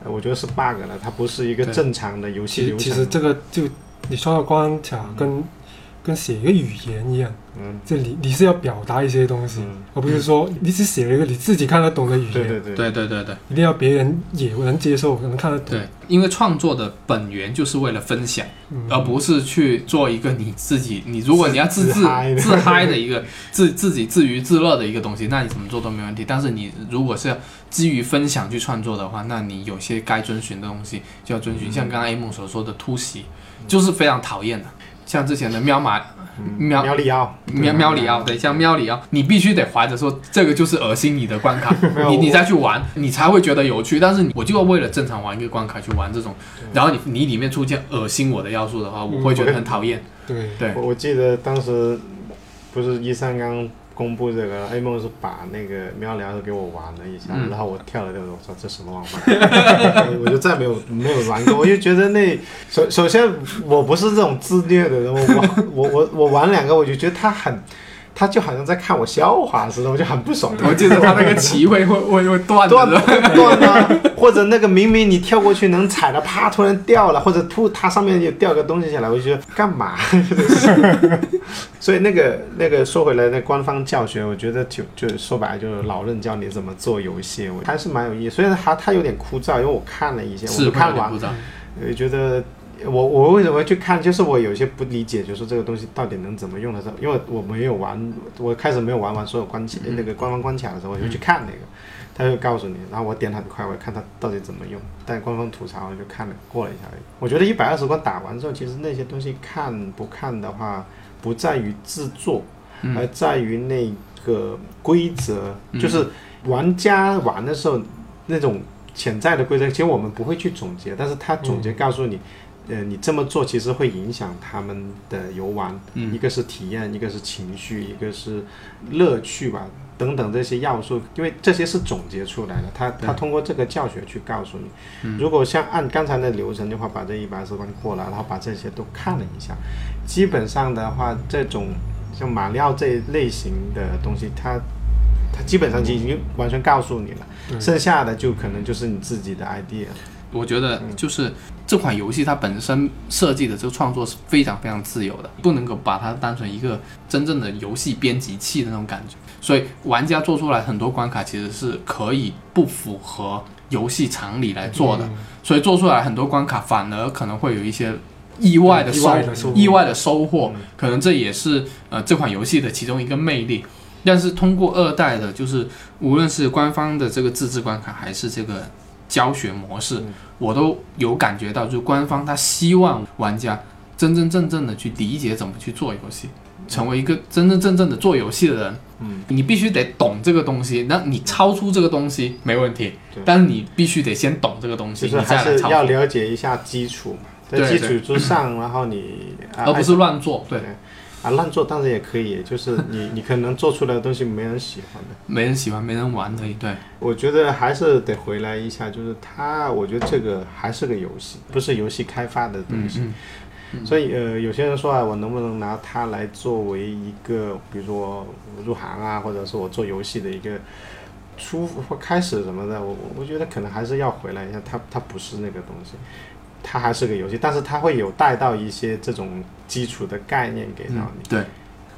C: 呃我觉得是 bug 了，它不是一个
A: 对
C: 正常的游戏
B: 其
C: 流嗯
B: 实
C: 程。
B: 其实这个就你说到关卡跟、跟写一个语言一样，
C: 嗯，
B: 就你你是要表达一些东西，
C: 嗯
B: 而不是说你只写了一个你自己看得懂的语言，
C: 对对对，
A: 对对对对
B: 一定要别人也能接受，能看得懂。
A: 对，因为创作的本源就是为了分享。
B: 嗯，
A: 而不是去做一个你自己，你如果你要自
C: 自
A: 自
C: 自嗨的
A: 自嗨的一个自自己自娱自乐的一个东西，那你怎么做都没问题。但是你如果是要基于分享去创作的话，那你有些该遵循的东西就要遵
C: 嗯
A: 循。像刚刚 A 梦所说的突袭，就是非常讨厌的。像之前的喵马
C: 嗯
A: 喵
C: 里奥，
A: 喵喵里
C: 啊
A: 奥，对，像喵里奥，你必须得怀着说这个就是恶心你的关卡
C: 没有，
A: 你你
C: 我
A: 再去玩，你才会觉得有趣。但是你我就要为了正常玩一个关卡去玩这种，然后你你里面出现恶心我的要素的话，
C: 嗯
A: 我会觉得很讨 厌。
B: 对
A: 对
C: 我我记得当时不是一三刚公布这个 A 梦是把那个喵聊给我玩了一下，
A: 嗯
C: 然后我跳了跳，我说这什么玩法？ 我就再没有没有玩过，我就觉得那首首先我不是这种自虐的人，我 我我我我玩两个我就觉得他很。他就好像在看我笑话似的，我就很不爽。
A: 我记得他那个旗会会会会断
C: 断
A: 的，
C: 断了，或者那个明明你跳过去能踩的，啪突然掉了，或者突它上面也掉个东西下来，我就觉得干嘛？ 所以那个那个说回来，那官方教学，我觉得就就说白了就是老任教你怎么做游戏，我还是蛮有意思。虽然它它有点枯燥，因为我看了一些，我
A: 是
C: 没看
A: 会有点
C: 完
A: 枯，燥。
C: 我呃觉得我我为什么会去看，就是我有些不理解，就是这个东西到底能怎么用的时候，因为我没有玩，我开始没有玩完所有关卡、那个官方关卡的时候，我就去看那个，他就告诉你，然后我点很快，我看他到底怎么用，但官方吐槽我就看了过了一下而已。我觉得一百二十关打完之后，其实那些东西看不看的话，不在于制作，而在于那个规则，
A: 嗯
C: 就是玩家玩的时候那种潜在的规则，其实我们不会去总结，但是他总结告诉你，呃，你这么做其实会影响他们的游玩，
A: 嗯
C: 一个是体验，一个是情绪，一个是乐趣吧，等等这些要素，因为这些是总结出来的，他他通过这个教学去告诉你，
A: 嗯
C: 如果像按刚才的流程的话，把这一百二十关过了，然后把这些都看了一下，基本上的话，这种像马里奥这一类型的东西，它它基本上就已经完全告诉你了。
B: 对
C: 剩下的就可能就是你自己的 idea。
A: 我觉得就是这款游戏它本身设计的这个创作是非常非常自由的，不能够把它当成一个真正的游戏编辑器的那种感觉。所以玩家做出来很多关卡其实是可以不符合游戏常理来做
B: 嗯
A: 的，所以做出来很多关卡反而可能会有一些意外的
B: 意
A: 收
B: 外的收获
A: 意外的收获，可能这也是呃这款游戏的其中一个魅力。但是通过二代的，就是无论是官方的这个自制关卡，还是这个教学模式，我都有感觉到，就是官方他希望玩家真真正正的去理解怎么去做游戏，成为一个真真正正的做游戏的人。
C: 嗯，
A: 你必须得懂这个东西，那你超出这个东西没问题
C: 对，
A: 但是你必须得先懂这个东西，
C: 就
A: 你
C: 是还
A: 再来
C: 是
A: 超
C: 要
A: 出，
C: 了解一下基础嘛，在
A: 对
C: 基础
A: 对
C: 之上，然后你啊
A: 而不是乱做。对，
C: 啊乱做，当然也可以，就是你 你可能做出来的东西没人喜欢的。
A: 没人喜欢，没人玩而已。对，
C: 我觉得还是得回来一下，就是它，我觉得这个还是个游戏，不是游戏开发的东
A: 嗯
C: 西。
A: 嗯，
C: 所以呃，有些人说啊，我能不能拿它来作为一个，比如说我入行啊，或者是我做游戏的一个出或开始什么的，我我我觉得可能还是要回来一下，它它不是那个东西。它还是个游戏，但是它会有带到一些这种基础的概念给到
A: 嗯
C: 你。，
A: 对，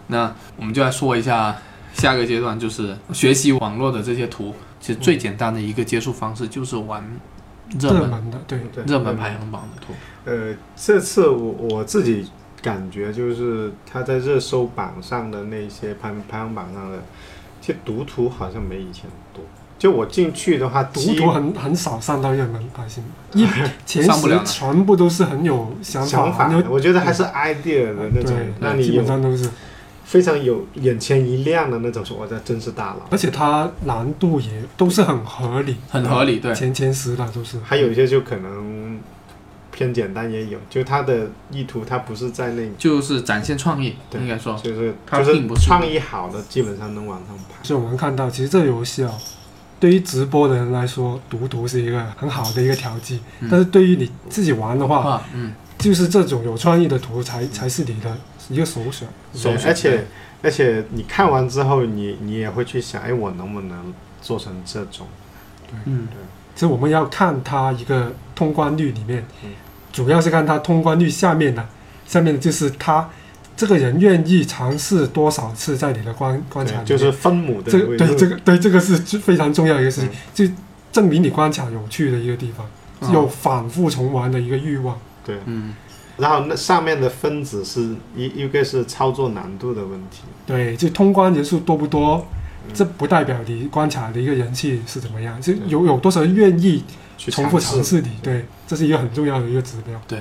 A: 那我们就来说一下下个阶段，就是学习网络的这些图。其实
C: 嗯
A: 最简单的一个接触方式就是玩热
B: 热
A: 门、
B: 门的，对，
C: 对
A: 热门排行榜的图。
C: 呃，这次我我自己感觉就是它在热搜榜上的那些排排行榜上的，其实读图好像没以前多。就我进去的话，
B: 读
C: 基
B: 图很很少上到热门排行榜，一前
A: 上不了
B: 十
A: 呢
B: 全部都是很有想
C: 想
B: 法，
C: 法
B: 很有
C: 的，我觉得还是 idea 的那种
B: 嗯对，，
C: 让你
B: 基本
C: 有
B: 上都是，
C: 非常有眼前一亮的那种，说我哦这真是大佬。
B: 而且它难度也都是很合理，
A: 很合理，对，
B: 前前十了都是。
C: 还有一些就可能偏简单也有，就他的意图他不是在那，
A: 就是展现创意，
C: 对
A: 应该说，
C: 就是
A: 他
C: 就是
A: 并不是
C: 创意好的基本上能往上爬。
B: 所以我们看到，其实这个游戏啊，对于直播的人来说，读图是一个很好的一个调剂，
A: 嗯
B: 但是对于你自己玩的话，
A: 啊，嗯，
B: 就是这种有创意的图才才是你的一个首选。
A: 首
C: 对
A: 选
C: 而且而且你看完之后你，你也会去想，哎，我能不能做成这种？
A: 嗯，
B: 其实我们要看它一个通关率里面
C: 嗯，
B: 主要是看它通关率下面的，下面的就是他这个人愿意尝试多少次在你的关关卡
C: 对
B: 里面，
C: 就是嗯分母的
B: 这个
C: 位
B: 对
C: 置，
B: 这个对这个是最非常重要的一个事情，就证明你关卡有趣的一个地方，
A: 嗯
C: 啊
B: 有反复重玩的一个欲望。
C: 对。
A: 嗯，
C: 然后那上面的分子是一一个是操作难度的问题，
B: 对，就通关人数多不多
C: 嗯，
B: 这不代表你关卡的一个人气是怎么样，就
C: 对
B: 有有多少人愿意
C: 去
B: 重复尝
C: 尝，
B: 试你，对，这是一个很重要的一个指标。
A: 对，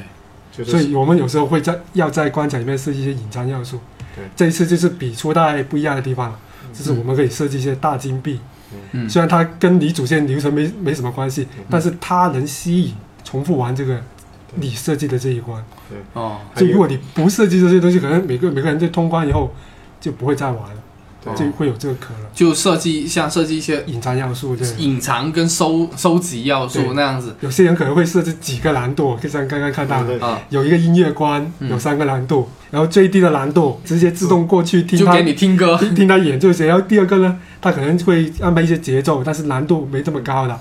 C: 就
B: 所
C: 是
B: 以我们有时候会在要在关卡里面设计一些隐藏要素
C: 对。
B: 这一次就是比初代不一样的地方了，
C: 嗯
B: 就是我们可以设计一些大金币，
A: 嗯，
B: 虽然它跟你主线流程没没什么关系
C: 嗯，
B: 但是它能吸引重复玩这个你设计的这一关。
A: 哦，
C: 还
B: 所
C: 有
B: 以如果你不设计这些东西，可能每个每个人就通关以后就不会再玩了，
C: 对
B: 就会有这个可能。
A: 哦就设计像设计一些
B: 隐藏要素，对。
A: 隐藏跟收收集要素
B: 对
A: 那样子
B: 有些人可能会设置几个难度，就像刚刚看到的，
C: 对
A: 啊，
B: 有一个音乐关，
A: 嗯
B: 有三个难度，然后最低的难度直接自动过去听
A: 就
B: 他呃
A: 给你听 歌，
B: 听听他演奏谁，然后第二个呢，他可能会安排一些节奏，但是难度没这么高的。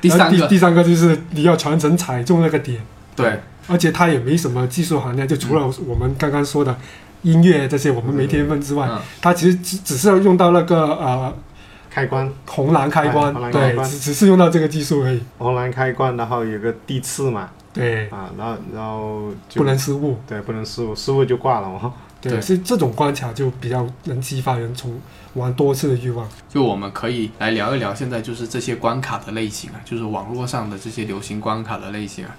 A: 第
B: 然后
A: 三
B: 第
A: 个，
B: 第三个就是你要全程踩中那个点，
A: 对，
B: 而且它也没什么技术含量，就除了我们刚刚说的音乐这些我们没天分之外，
A: 嗯，
B: 它其实只只是要用到那个呃
C: 开关
B: 红蓝开关，
C: 红蓝开
B: 对，
C: 关
B: 只只是用到这个技术而已，
C: 红蓝开关，然后有个地刺嘛，
B: 对，
C: 啊，然后然后就
B: 不能失误，
C: 对不能失误，失误就挂了哦嘛。
A: 对
B: 对，所以这种关卡就比较能激发人重玩多次的欲望。
A: 就我们可以来聊一聊现在就是这些关卡的类型啊，就是网络上的这些流行关卡的类型啊。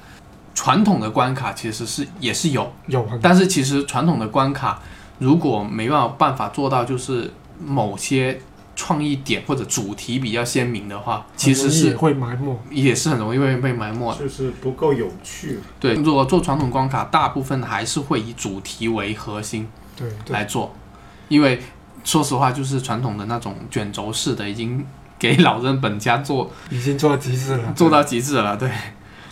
A: 传统的关卡其实是也是有，
B: 有很
A: 但是其实传统的关卡如果没办法办法做到就是某些创意点或者主题比较鲜明的话，其实
B: 很容易也
A: 是
B: 会埋没，
A: 也是很容易被被埋没的。
C: 就是不够有趣。
A: 对，如果做传统关卡，大部分还是会以主题为核心。
B: 对，
A: 来做，因为说实话，就是传统的那种卷轴式的，已经给老人本家 做
B: 已经做到极致了。
A: 做到极致了。对，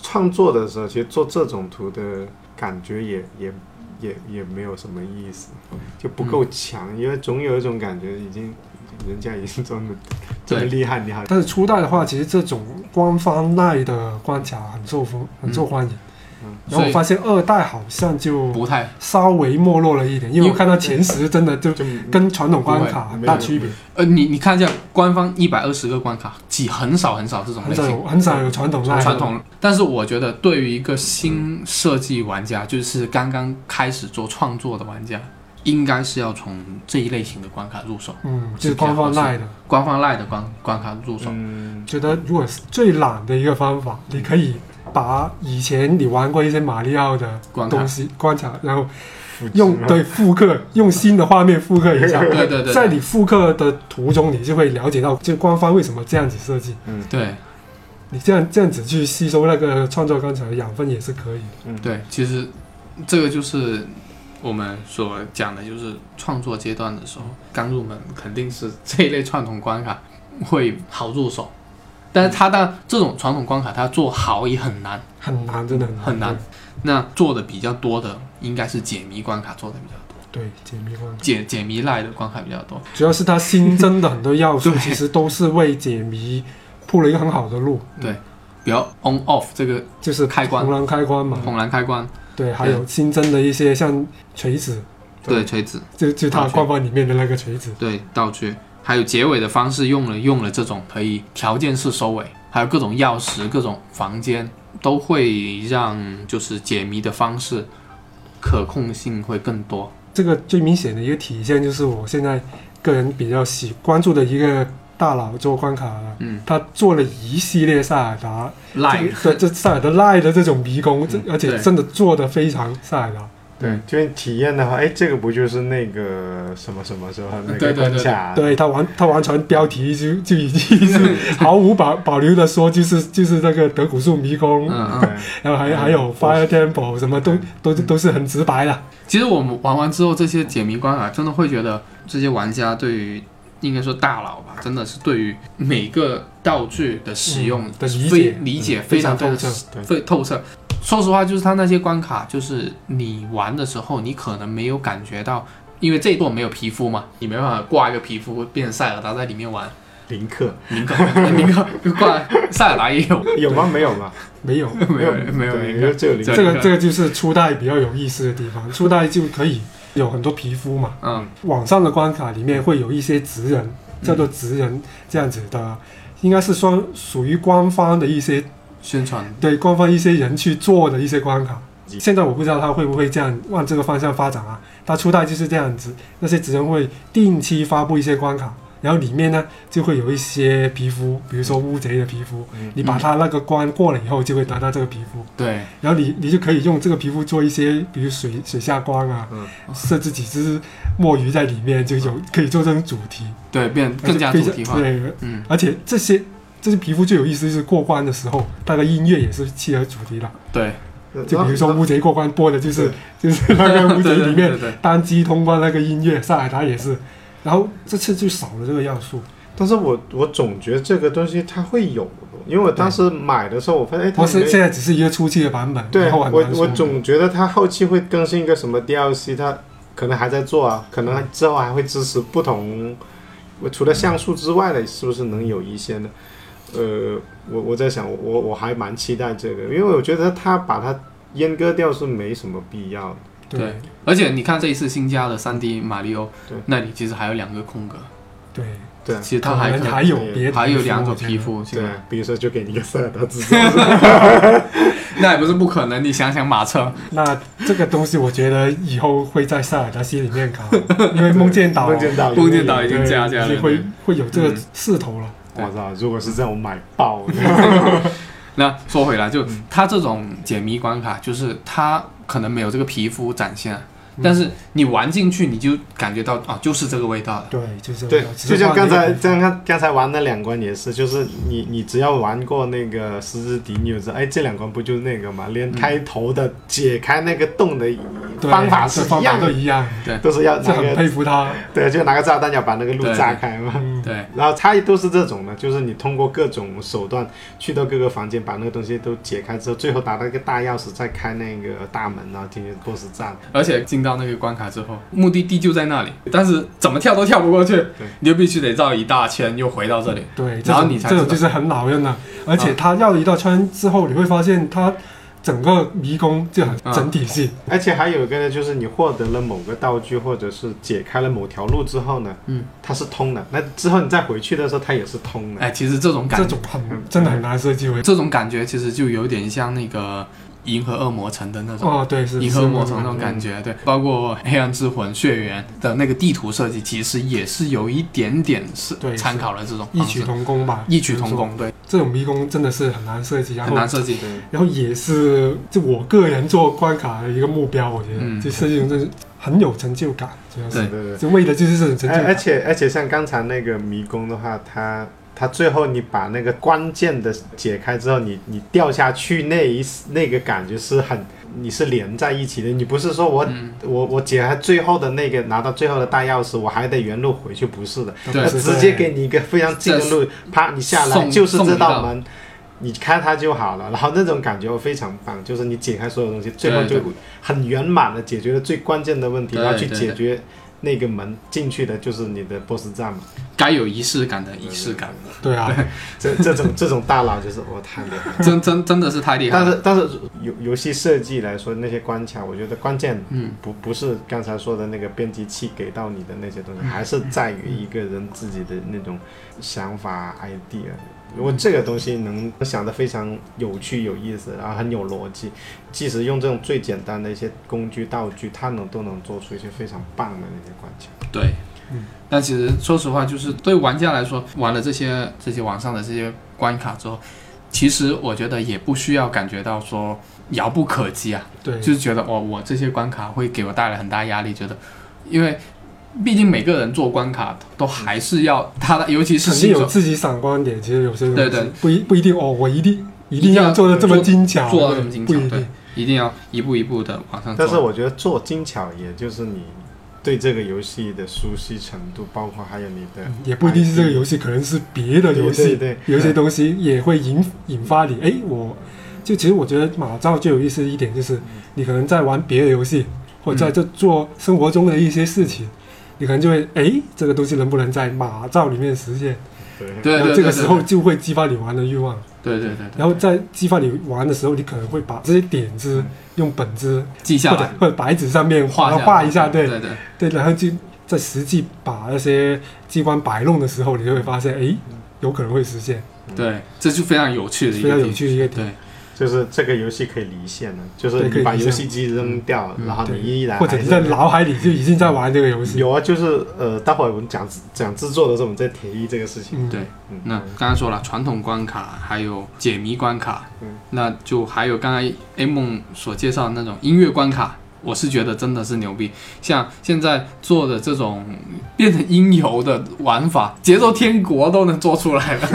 C: 创作的时候，其实做这种图的感觉也也也也没有什么意思，就不够强，
A: 嗯
C: 因为总有一种感觉已经人家已经这么这么
A: 对
C: 厉害，你还
B: 但是初代的话，其实这种官方耐的关卡很受欢很受欢迎。
C: 嗯
B: 然后我发现二代好像就
A: 不太
B: 稍微没落了一点，因为
A: 因
B: 我
A: 为
B: 看到前十真的就
C: 就嗯
B: 跟传统关卡很大区别，
A: 呃，你你看一下官方一百二十个关卡，几很少很少这种
B: 很
A: 类
B: 少
A: 型
B: 有很少有传统耐
A: 传统。但是我觉得，对于一个新设计玩家，就是刚刚开始做创作的玩家，应该是要从这一类型的关卡入手，
B: 嗯，就是官方耐的。
A: 官方赖的关关卡入手。
C: 嗯，
B: 觉得如果是最懒的一个方法，你可以把以前你玩过一些马里奥的
A: 关卡
B: 东西关卡，然后
C: 复制
B: 用对复刻，用新的画面复刻一下。
A: 嗯 对对对对
B: 在你复刻的途中，你就会了解到，就官方为什么这样子设计。
A: 对，
B: 你这样这样子去吸收那个创作刚才的养分也是可以的。
C: 嗯
A: 对，其实这个就是我们所讲的，就是创作阶段的时候，刚入门肯定是这一类传统关卡会好入手，但是它当这种传统关卡它做好也很难
B: 很难，真的很难。
A: 很难。那做的比较多的应该是解谜关卡做的比较多，
B: 对，解谜关卡，
A: 解解谜类的关卡比较多。
B: 主要是它新增的很多要 素，
A: 对
B: 其实都是为解谜铺了一个很好的路。
A: 对，比较 on off 这个
B: 就是
A: 开关嗯
B: 红蓝开关嘛，
A: 红蓝开关，
B: 对，还有新增的一些像锤子，
A: 对锤子，
B: 就就它
A: 道具
B: 罐罐里面的那个锤子，
A: 对道具，还有结尾的方式用了用了这种可以条件式收尾，还有各种钥匙、各种房间，都会让就是解谜的方式可控性会更多。
B: 这个最明显的一个体现就是我现在个人比较喜关注的一个大佬做关卡了，
A: 嗯，
B: 他做了一系列塞尔达
A: 赖
B: 这个这这塞尔达赖的这种迷宫，这
A: 嗯
B: 而且
A: 对
B: 真的做的非常塞尔达，
C: 对，就是体验的话，哎，这个不就是那个什么什么时候那
A: 对对
C: 个
A: 对
C: 关卡？
B: 对他完他完全标题就就已经是 毫无保保留的说就是就是那个德古树迷宫，
A: 嗯嗯，
C: 对
B: 然后还还有 Fire Temple 什么都都都是很直白的，嗯
A: 其实我们玩完之后，这些解谜关卡真的会觉得这些玩家对于。应该说大佬吧，真的是对于每个道具的使用
B: 嗯的理
A: 非
B: 解
A: 理解
B: 嗯
A: 非常
B: 非
A: 非
B: 常
A: 常
B: 透彻
C: 对
A: 非透彻。说实话，就是它那些关卡，就是你玩的时候，你可能没有感觉到，因为这一座没有皮肤嘛，你没办法挂一个皮肤变成塞尔达在里面玩。
C: 林克
A: 林肯，林肯挂塞尔达也有，
C: 有吗？没有吗？
B: 没有。
A: 没有没有
C: 对
A: 林肯，
C: 只有林
A: 对
B: 这
C: 克。
B: 个这个就是初代比较有意思的地方，初代就可以有很多皮肤嘛，
A: 嗯
B: 网上的关卡里面会有一些职人，叫做职人这样子的，应该是说属于官方的一些
A: 宣传
B: 对官方一些人去做的一些关卡。
C: 嗯
B: 现在我不知道他会不会这样往这个方向发展啊？他初代就是这样子，那些职人会定期发布一些关卡，然后里面呢就会有一些皮肤，比如说乌贼的皮肤，
C: 嗯
B: 你把它那个关过了以后，就会得到这个皮肤。
A: 对
B: 然后你你就可以用这个皮肤做一些，比如水水下光啊，
C: 嗯
B: 设置几只墨鱼在里面，就有可以做这种主题，
A: 对变嗯更加
B: 而且
A: 主题化，
B: 对，
A: 嗯
B: 而且这些这些皮肤最有意思就是过关的时候，它的音乐也是契合主题的。
A: 对，
B: 就比如说
C: 然后
B: 乌贼过关播的就是就是那个乌贼
A: 对
B: 里
A: 对
B: 面
A: 对对
B: 单机通关那个音乐，塞尔达也是。然后这次就少了这个要素，
C: 但是我我总觉得这个东西它会有，因为我当时买的时候，我发现哎，它
B: 我是
C: 没
B: 现在只是一个初期的版本，
C: 对
B: 然后
C: 我
B: 很难说
C: 我总觉得它后期会更新一个什么 DLC，它可能还在做啊，可能之后还会支持不同，我除了像素之外的，是不是能有一些呢？呃，我我在想，我我还蛮期待这个，因为我觉得它把它阉割掉是没什么必要的。
B: 对
A: 对而且你看这一次新加的3 D 马里奥
C: 对，
A: 那里其实还有两个空格，
B: 对，
C: 对
A: 其实
B: 可
A: 它还
B: 能
A: 可
B: 还有
C: 对
B: 别的
A: 还有
B: 皮肤
A: 两种
B: 我觉得
A: 皮肤，是
C: 对
A: 吧，
C: 比如说就给你一个塞尔达之
A: 那也不是不可能。你想想马车，
B: 那这个东西，我觉觉得以后会在塞尔达系里面搞，因为梦见岛，啊
C: 梦见岛，
A: 梦见岛已
B: 对
A: 经加价了。
B: 会会有这个
A: 嗯
B: 势头了。
C: 我操！如果是这样，我买爆了。
A: 那说回来，就它这种解谜关卡，就是它可能没有这个皮肤展现，
B: 嗯
A: 但是你玩进去，你就感觉到啊，就是这个味道了。
B: 对，就是
C: 对，
B: 只是
C: 就像
B: 嗯换了
C: 刚
B: 一
C: 才，
B: 个
C: 像刚刚才玩那两关也是，就是你你只要玩过那个《十之敌女》之后，哎，这两关不就是那个嘛？连开头的解开那个洞的
B: 嗯对
C: 方法
B: 这
C: 是
B: 方
C: 一
B: 法
C: 样
B: 都
C: 的，
B: 一样，
C: 都是要
B: 这
C: 拿
B: 很
C: 个
B: 佩服他。
C: 对，就拿个炸弹要把那个路
A: 对
C: 炸开嘛。
B: 嗯，
A: 对
C: 然后差异都是这种的，就是你通过各种手段去到各个房间，把那个东西都解开之后，最后拿到一个大钥匙，再开那个大门，然后进去 BOSS 战。
A: 而且进到那个关卡之后，目的地就在那里，但是怎么跳都跳不过去，你就必须得绕一大圈，又回到这里。
B: 对，这
A: 然后
B: 种
A: 你才
B: 这种
A: 知道
B: 就是很老人了，而且
A: 啊
B: 他绕了一道圈之后，你会发现他整个迷宫就很
A: 啊
B: 整体性。
C: 而且还有一个呢，就是你获得了某个道具，或者是解开了某条路之后呢，
A: 嗯，
C: 它是通的。那之后你再回去的时候，它也是通的。
A: 哎，其实这种感
B: 嗯这种很真的很难设计为
A: 这种感觉其实就有点像那个《银河恶魔城》的那种。
B: 哦，对是
A: 银
B: 是
A: 河嗯魔城那种
B: 嗯
A: 感觉，对，包括黑暗之魂、血缘的那个地图设计，其实也是有一点点是
B: 对是
A: 参考了这种
B: 异
A: 方式
B: 曲同工吧，
A: 异曲同工，对，
B: 这种迷宫真的是很难设计，然
A: 很
B: 后
A: 难设计。
C: 对，
B: 然后也是就我个人做关卡的一个目标，我觉得、
A: 嗯
B: 就设计成真是很有成就感，主要是
A: 对哎
C: 对对
B: 就为的就是这种成
C: 对。
B: 就
C: 而
B: 感
C: 而。且而且像刚才那个迷宫的话，它它最后你把那个关键的解开之后，你你掉下去那一那个感觉是很。你是连在一起的，你不是说我、
A: 嗯
C: 我我解开最后的那个拿到最后的大钥匙，我还得原路回去，不是的，
A: 对
C: 他
B: 是
C: 直接给你一个非常近的路，啪，你下来
A: 送
C: 就是
A: 送
C: 这
A: 你到
C: 道门，你开它就好了。然后那种感觉非常棒，就是你解开所有东西，最后
A: 对
C: 就很圆满的解决了最关键的问题，
A: 对
C: 然后去
A: 对
C: 解决那个门进去的就是你的 BOSS 战嘛。
A: 该有仪式感的仪式 感，
B: 对啊，
C: 这 这种这种大佬就是我太厉害了。
A: 真真真的是太厉害
C: 但
A: 了。
C: 是但是游游戏设计来说，那些关卡，我觉得关键
A: 嗯
C: 不不是刚才说的那个编辑器给到你的那些东西，还是在于一个人自己的那种想法 idea。如果这个东西能想得非常有趣、有意思，然后很有逻辑，即使用这种最简单的一些工具道具，它能都能做出一些非常棒的那些关卡。
A: 对
B: 嗯，
A: 但其实说实话，就是对玩家来说，玩了这些这些网上的这些关卡之后，其实我觉得也不需要感觉到说遥不可及啊，
B: 对，
A: 就是觉得哦，我这些关卡会给我带来很大压力，觉得，因为毕竟每个人做关卡都还是要他的，尤其是
B: 肯定
A: 新
B: 有
A: 手
B: 自己闪光点。其实有些东西
A: 对对
B: 不一不一定哦，我一定一
A: 一定
B: 定要
A: 要
B: 做的这么
A: 做
B: 精巧，
A: 做到
B: 对
A: 这么精
B: 不
A: 巧
B: 一，
A: 对
B: 定，，
A: 一定要一步一步的往上
C: 但是
A: 走。
C: 我觉得嗯做精巧，也就是你对这个游戏的熟悉程度，包括还有你的 idea，
B: 也不一定是这个游戏，可能是别的游
C: 嗯对
B: 戏，
C: 对对
B: 有一些东西也会引引发你，哎，我就其实我觉得马照最有意思的一点就是，你可能在玩别的游戏，或者在这做生活中的一些事情，你可能就会，哎，这个东西能不能在马照里面实现？
C: 对
A: 对
B: 然
A: 对
B: 后
A: 对，
B: 这个时候
A: 对
B: 就会激发你玩的欲望，
A: 对对对对，
B: 然后在激发你玩的时候，你可能会把这些点子用本子
A: 记下
B: 或者
A: 来，
B: 或者白纸上面
A: 画
B: 画
A: 下
B: 画
A: 来
B: 一下，对
A: 对对，
B: 对，然后就在实际把那些机关摆弄的时候，你就会发现，哎，有可能会实现，
A: 对，这就非常有趣的一个
B: 非常有
A: 地方。
B: 趣的一个点。
A: 对
C: 就是这个游戏可以离线的，就是
B: 对可以
C: 你把
B: 离线
C: 游戏机扔掉，
A: 嗯
C: 然后
B: 对
C: 你依然
B: 或者
C: 还
B: 你
C: 是
B: 在脑海里就已经在玩这个游戏，
C: 有啊，就是呃，待会儿我们讲讲制作的时候，我们再提议这个事情。
B: 嗯，
A: 对，
C: 嗯，
A: 那刚刚说了传统关卡，还有解谜关卡，
C: 嗯
A: 那就还有刚才 A 梦所介绍的那种音乐关卡，我是觉得真的是牛逼。像现在做的这种变成音游的玩法，节奏天国都能做出来了，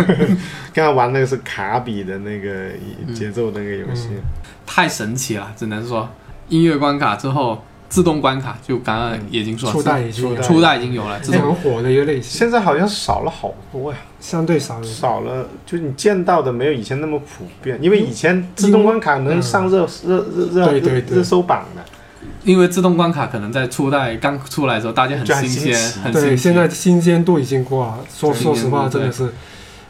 C: 刚才玩那个是卡比的那个呃节奏那个游戏，
B: 嗯
A: 太神奇了，只能说音乐关卡之后自动关卡，就刚刚已经说了
B: 初代已经
C: 初代
A: 初代已经有了
B: 是
A: 自动
B: 很火的一个类型，
C: 现在好像少了好多呀，
B: 相对少人。
C: 少了，就你见到的没有以前那么普遍，因为以前自动关卡能上热热热热
B: 嗯对对
C: 热
B: 对
C: 热搜榜的。
A: 因为自动关卡可能在初代刚出来的时候，大家很
C: 就很
A: 新鲜
C: 新奇，
A: 很新
B: 对，
A: 奇。
B: 现在新鲜度已经过了，说
A: 对
B: 说实话，
A: 新鲜度
B: 真的是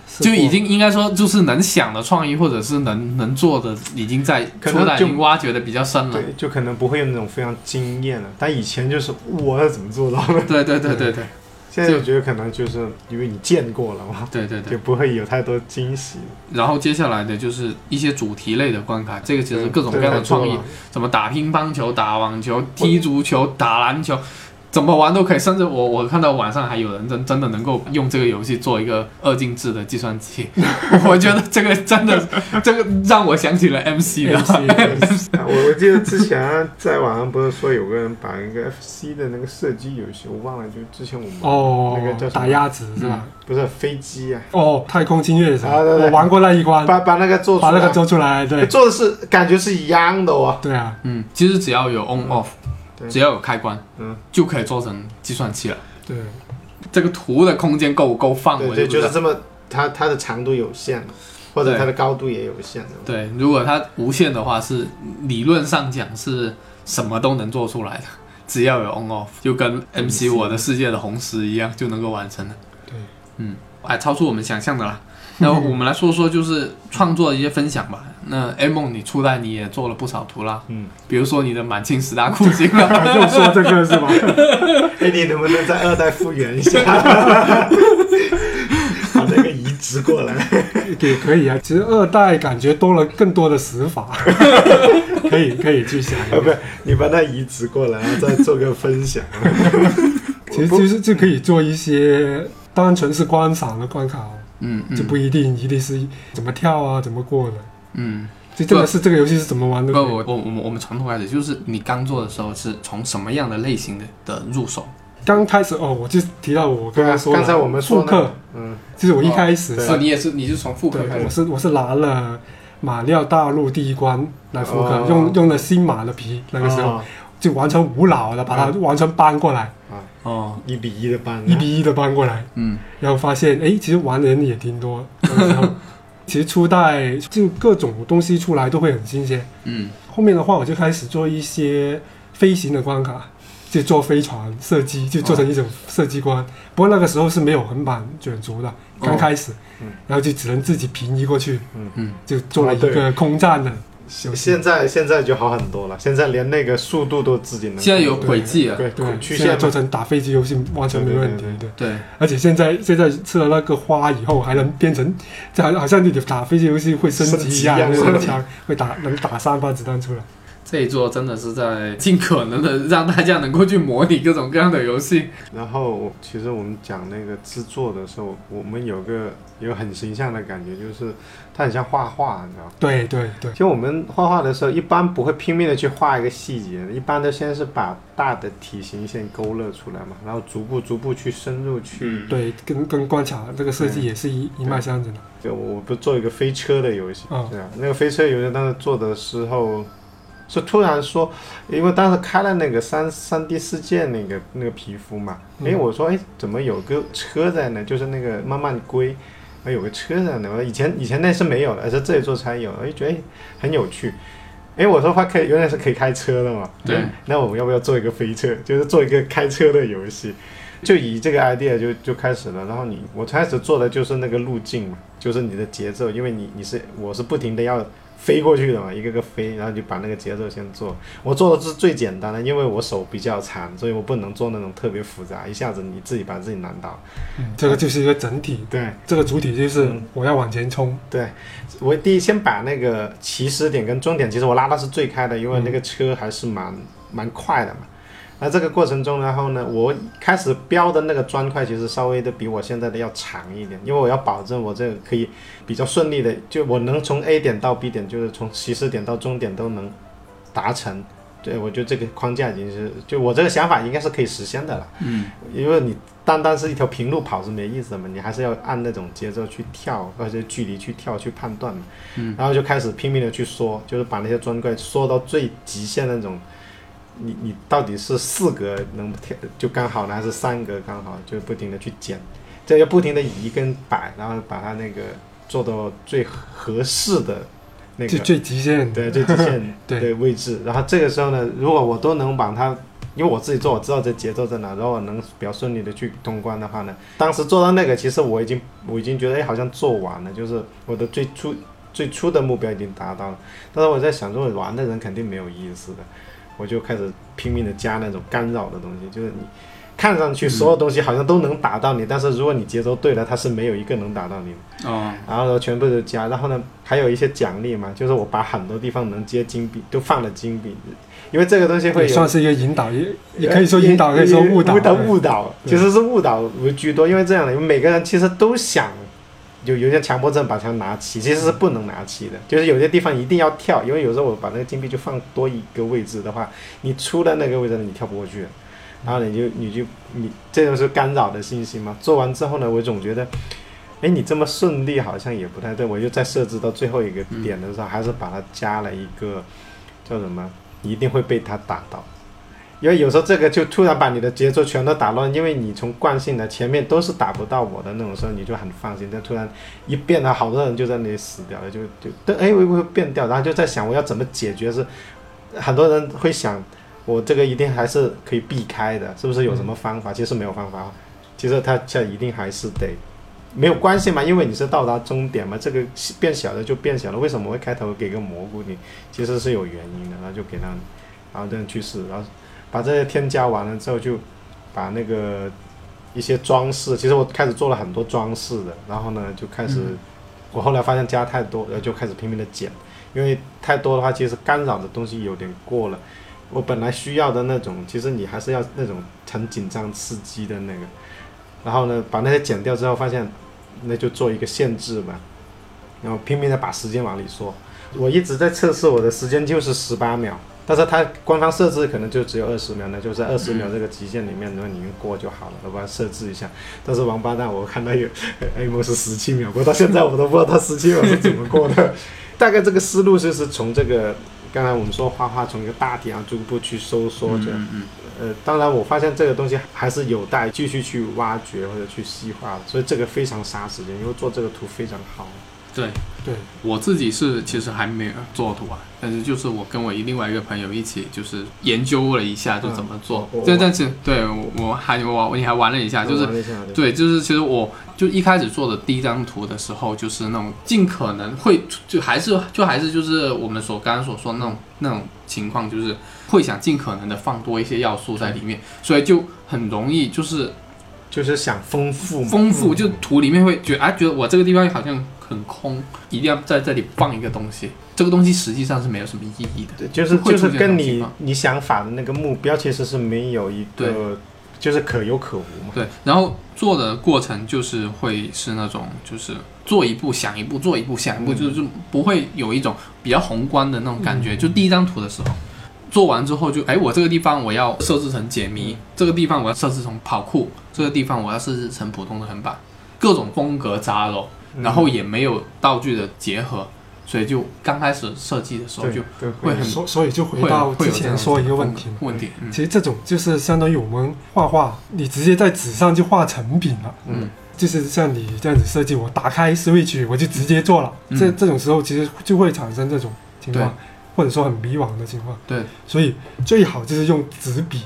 B: 是
A: 就
B: 过
A: 已经应该说就是能想的创意，或者是能能做的，已经在
C: 可
A: 初
C: 能
A: 代已
C: 就
A: 经挖掘的比较深了。
C: 对，就可能不会有那种非常惊艳的，但以前就是我怎么做到的，
A: 对对对对对
C: 现在就觉得可能就是因为你见过了嘛，
A: 对对
C: 就
A: 对。
C: 不会有太多惊喜。
A: 然后接下来的就是一些主题类的关卡，这个其实各种各样的
C: 对太多
A: 创意
C: 了，
A: 怎么打乒乓球、打网球、踢足球、打篮球。怎么玩都可以，甚至我我看到网上还有人真真的能够用这个游戏做一个二进制的计算机， 我觉得这个真的这个让我想起了 MC
C: 哎
A: 的
B: MC
C: 我我记得之前在网上不是说有个人把一个 FC 的那个射击游戏，我忘了，就之前我们
B: 哦
C: 那个叫什么
B: 打鸭子是吧？
C: 不是飞机啊，
B: 哦，太空侵略者，
C: 啊对对
B: 我玩过那一关，
C: 把把那个做出
B: 把
C: 来，
B: 那个做出来，对
C: 做的是感觉是一样的哦。
B: 对啊，
A: 嗯，其实只要有 on off，
C: 对
A: 只要有开关，
C: 嗯，
A: 就可以做成计算器了。
B: 对，
A: 这个图的空间够不够放，
C: 对
A: 我就
C: 对，
A: 不知
C: 就
A: 道
C: 是这么，它它的长度有限，或者它的高度也有限的。
A: 对，如果它无限的话，是理论上讲是什么都能做出来的，只要有 on off，就跟 MC
C: MC
A: 我的世界的红石一样，就能够完成了。
B: 对，
A: 嗯，哎，超出我们想象的 啦。那我们来说说就是创作的一些分享吧。那 A 梦，你初代你也做了不少图啦，
C: 嗯，
A: 比如说你的满清十大酷刑啊 啦，
B: 又说这个是吧？
C: 哎，你能不能在二代复原一下， 把那个移植过来？
B: 也可以啊，其实二代感觉多了更多的死法，可以可以去想一
C: 啊，不
B: 下。
C: 是，你把它移植过来，然后再做个分享。
B: 其实就是就可以做一些单纯是观赏的关卡，
A: 嗯
B: 就
A: 嗯
B: 不一定一定是怎么跳啊，怎么过的，
A: 嗯。
B: 就真的是这个游戏是怎么玩的
A: 不，。我我我们我们从头开始，就是你刚做的时候是从什么样的类型的的入手？
B: 刚开始哦，我就提到我刚刚说的
C: 啊刚才我们说
B: 复刻，
C: 嗯，
B: 就是我一开始
C: 对啊
B: 是
A: 哦，你也是，你是从复刻开
B: 对，我
A: 始。
B: 是我是拿了马料大陆第一关来复刻，
C: 哦
B: 用用了新马的皮，那个时候
C: 哦嗯
B: 就完全无脑的把它完全搬过来，
A: 哦，
C: 一比一的班，啊
B: 一比一的搬过来，
A: 嗯，
B: 然后发现哎，诶其实玩的人也挺多。然后其实初代就各种东西出来都会很新鲜。
A: 嗯，
B: 后面的话，我就开始做一些飞行的关卡，就坐飞船射击，就做成一种射击官。不过那个时候是没有横版卷轴的，刚开始，
C: 哦嗯
B: 然后就只能自己平移过去，
C: 嗯哦
A: 嗯
B: 就做了一个空战的游戏。
C: 现在现在就好很多了，现在连那个速度都自己能控制。
A: 现在有啊轨迹了，
C: 对
B: 对，
C: 曲
B: 现在
C: 线
B: 做
C: 嘛，
B: 成打飞机游戏完全没问题。
C: 对对对
B: 对，
A: 对，
B: 而且现在现在吃了那个花以后，还能变成，这好好像你的打飞机游戏会升级一样，
C: 升级一样
B: 那个枪会打能打三发子弹出来。
A: 这一座真的是在尽可能的让大家能够去模拟各种各样的游戏。
C: 然后我其实我们讲那个制作的时候，我们有个有很形象的感觉，就是它很像画画，你知道吗？
B: 对对对
C: 其实我们画画的时候，一般不会拼命的去画一个细节，一般都先是把大的体型先勾勒出来嘛，然后逐步逐步去深入去。
B: 嗯对，跟跟关卡这个设计
C: 对
B: 也是一一脉相承的。
C: 就我不做一个飞车的游戏，
B: 嗯
C: 对啊，那个飞车游戏当时做的时候，是突然说，因为当时开了那个三三 D 世界那个那个皮肤嘛，
B: 嗯
C: 哎、我说哎怎么有个车在呢？就是那个慢慢龟。哎，有个车在呢，我以前以前那是没有的，而是这里做才有，我就觉得哎很有趣。哎，我说它可以原来是可以开车的嘛，
A: 对
C: 哎 那我们要不要做一个飞车，就是做一个开车的游戏？就以这个 idea 就就开始了，然后你我开始做的就是那个路径嘛，就是你的节奏，因为你你是我是不停的要飞过去的嘛，一个个飞，然后就把那个节奏先做。我做的是最简单的，因为我手比较长，所以我不能做那种特别复杂，一下子你自己把自己难倒。
B: 嗯，这个就是一个整体，
C: 对
B: 这个主体就是
C: 嗯
B: 我要往前冲。
C: 对，我第一先把那个起始点跟终点，其实我拉的是最开的，因为那个车还是蛮蛮快的嘛。那这个过程中，然后呢，我开始标的那个砖块其实稍微的比我现在的要长一点，因为我要保证我这个可以比较顺利的，就我能从 A 点到 B 点，就是从起始点到终点都能达成。对，我觉得这个框架已经是，就我这个想法应该是可以实现的了。
A: 嗯，
C: 因为你单单是一条平路跑是没意思的嘛，你还是要按那种节奏去跳，或者距离去跳去判断嘛。
A: 嗯
C: 然后就开始拼命的去缩，就是把那些砖块缩到最极限那种。你你到底是四格能跳就刚好呢，还是三格刚好？就不停的去减，这要不停的移跟摆，然后把它那个做到最合适的那个
B: 就最极限。
C: 对，最极限
B: 对
C: 对位置。然后这个时候呢，如果我都能把它，因为我自己做，我知道这节奏在哪，然后我能比较顺利的去通关的话呢，当时做到那个，其实我已经我已经觉得哎，好像做完了，就是我的最初最初的目标已经达到了。但是我在想，如果玩的人肯定没有意思的，我就开始拼命的加那种干扰的东西，就是你。看上去所有东西好像都能打到你，但是如果你节奏对了，它是没有一个能打到你的。
A: 哦，
C: 然后全部都加，然后呢还有一些奖励嘛，就是我把很多地方能接金币都放了金币，因为这个东西会
B: 也
C: 有
B: 算是一个引导，
A: 呃
B: 也也可以说引导，可以说误导。嗯
C: 误呃导误导，
B: 对
C: 其实是误导为居多，因为这样的，因为每个人其实都想有有些强迫症把枪拿齐，其实是不能拿齐的，就是有些地方一定要跳，因为有时候我把那个金币就放多一个位置的话，你出了那个位置你跳不过去，然后你就你就你这种是干扰的信息嘛。做完之后呢，我总觉得。哎，你这么顺利好像也不太对，我就再设置到最后一个点的时候，还是把它加了一个叫什么，你一定会被它打到。因为有时候这个就突然把你的节奏全都打乱，因为你从惯性的前面都是打不到我的那种时候，你就很放心。但突然一变了，好多人就在那里死掉了，就就对，哎，会不会变掉？然后就在想我要怎么解决是，很多人会想我这个一定还是可以避开的，是不是有什么方法？其实没有方法，其实它这一定还是得没有关系嘛，因为你是到达终点嘛，这个变小了就变小了。为什么会开头给个蘑菇你？其实是有原因的，然后就给他，然后这样去试，然后把这些添加完了之后，就把那个一些装饰，其实我开始做了很多装饰的，然后呢就开始，我后来发现加太多，然后就开始拼命的减，因为太多的话，其实干扰的东西有点过了。我本来需要的那种，其实你还是要那种很紧张刺激的那个，然后呢，把那些剪掉之后，发现那就做一个限制吧，然后拼命的把时间往里缩。我一直在测试我的时间就是十八秒，但是它官方设置可能就只有二十秒，那就在二十秒这个极限里面，如果你能过就好了，我把它设置一下。但是王八蛋，我看到有 A 模是十七秒过，到现在我都不知道他十七秒是怎么过的。 大概这个思路就是从这个刚才我们说画画从一个大体啊逐步去收缩这样。
A: 嗯嗯
C: 呃，当然，我发现这个东西还是有待继续去挖掘或者去细化的，所以这个非常杀时间，因为做这个图非常好，
A: 对
B: 对，
A: 我自己是其实还没有做图啊，但是就是我跟我另外一个朋友一起就是研究了一下，就怎么
B: 哦
A: 做
C: 嗯我。
A: 这、
C: 我
A: 但是对我我还我你还玩了一下，啊就是
C: 玩了一下
A: 对，
C: 对
A: 就是其实我就一开始做的第一张图的时候，就是那种尽可能会就还是就还是就是我们所刚刚所说那种那种情况，就是会想尽可能的放多一些要素在里面，所以就很容易就是
C: 就是想丰富嘛，
A: 丰富，就图里面会觉得啊，觉得我这个地方好像很空，一定要在这里放一个东西，这个东西实际上是没有什么意义的。
C: 对，就是
A: 会
C: 就
A: 出现
C: 是
A: 这
C: 跟
A: 种情
C: 你
A: 况
C: 你想法的那个目标其实是没有一个就是可有可无嘛，
A: 对，然后做的过程就是会是那种，就是做一步想一步，做一步想一
B: 嗯
A: 步，就是不会有一种比较宏观的那种
B: 嗯
A: 感觉。就第一张图的时候，做完之后就，哎，我这个地方我要设置成解谜，这个地方我要设置成跑酷，这个地方我要设置成普通的横版，各种风格杂糅，
B: 嗯
A: 然后也没有道具的结合，所以就刚开始设计的时候
C: 对
A: 就
C: 对
A: 会很
B: 所所以就回
A: 会
B: 到
A: 会
B: 之
A: 有这
B: 前
A: 样
B: 说一个问
A: 风格
B: 题嘛，
A: 问题，嗯，
B: 其实这种就是相当于我们画画，你直接在纸上就画成品了。
A: 嗯，
B: 就是像你这样子设计，我打开 Switch 我就直接做了。
A: 嗯
B: 这这种时候其实就会产生这种情
A: 对
B: 况，或者说很迷惘的情况。
A: 对，
B: 所以最好就是用纸笔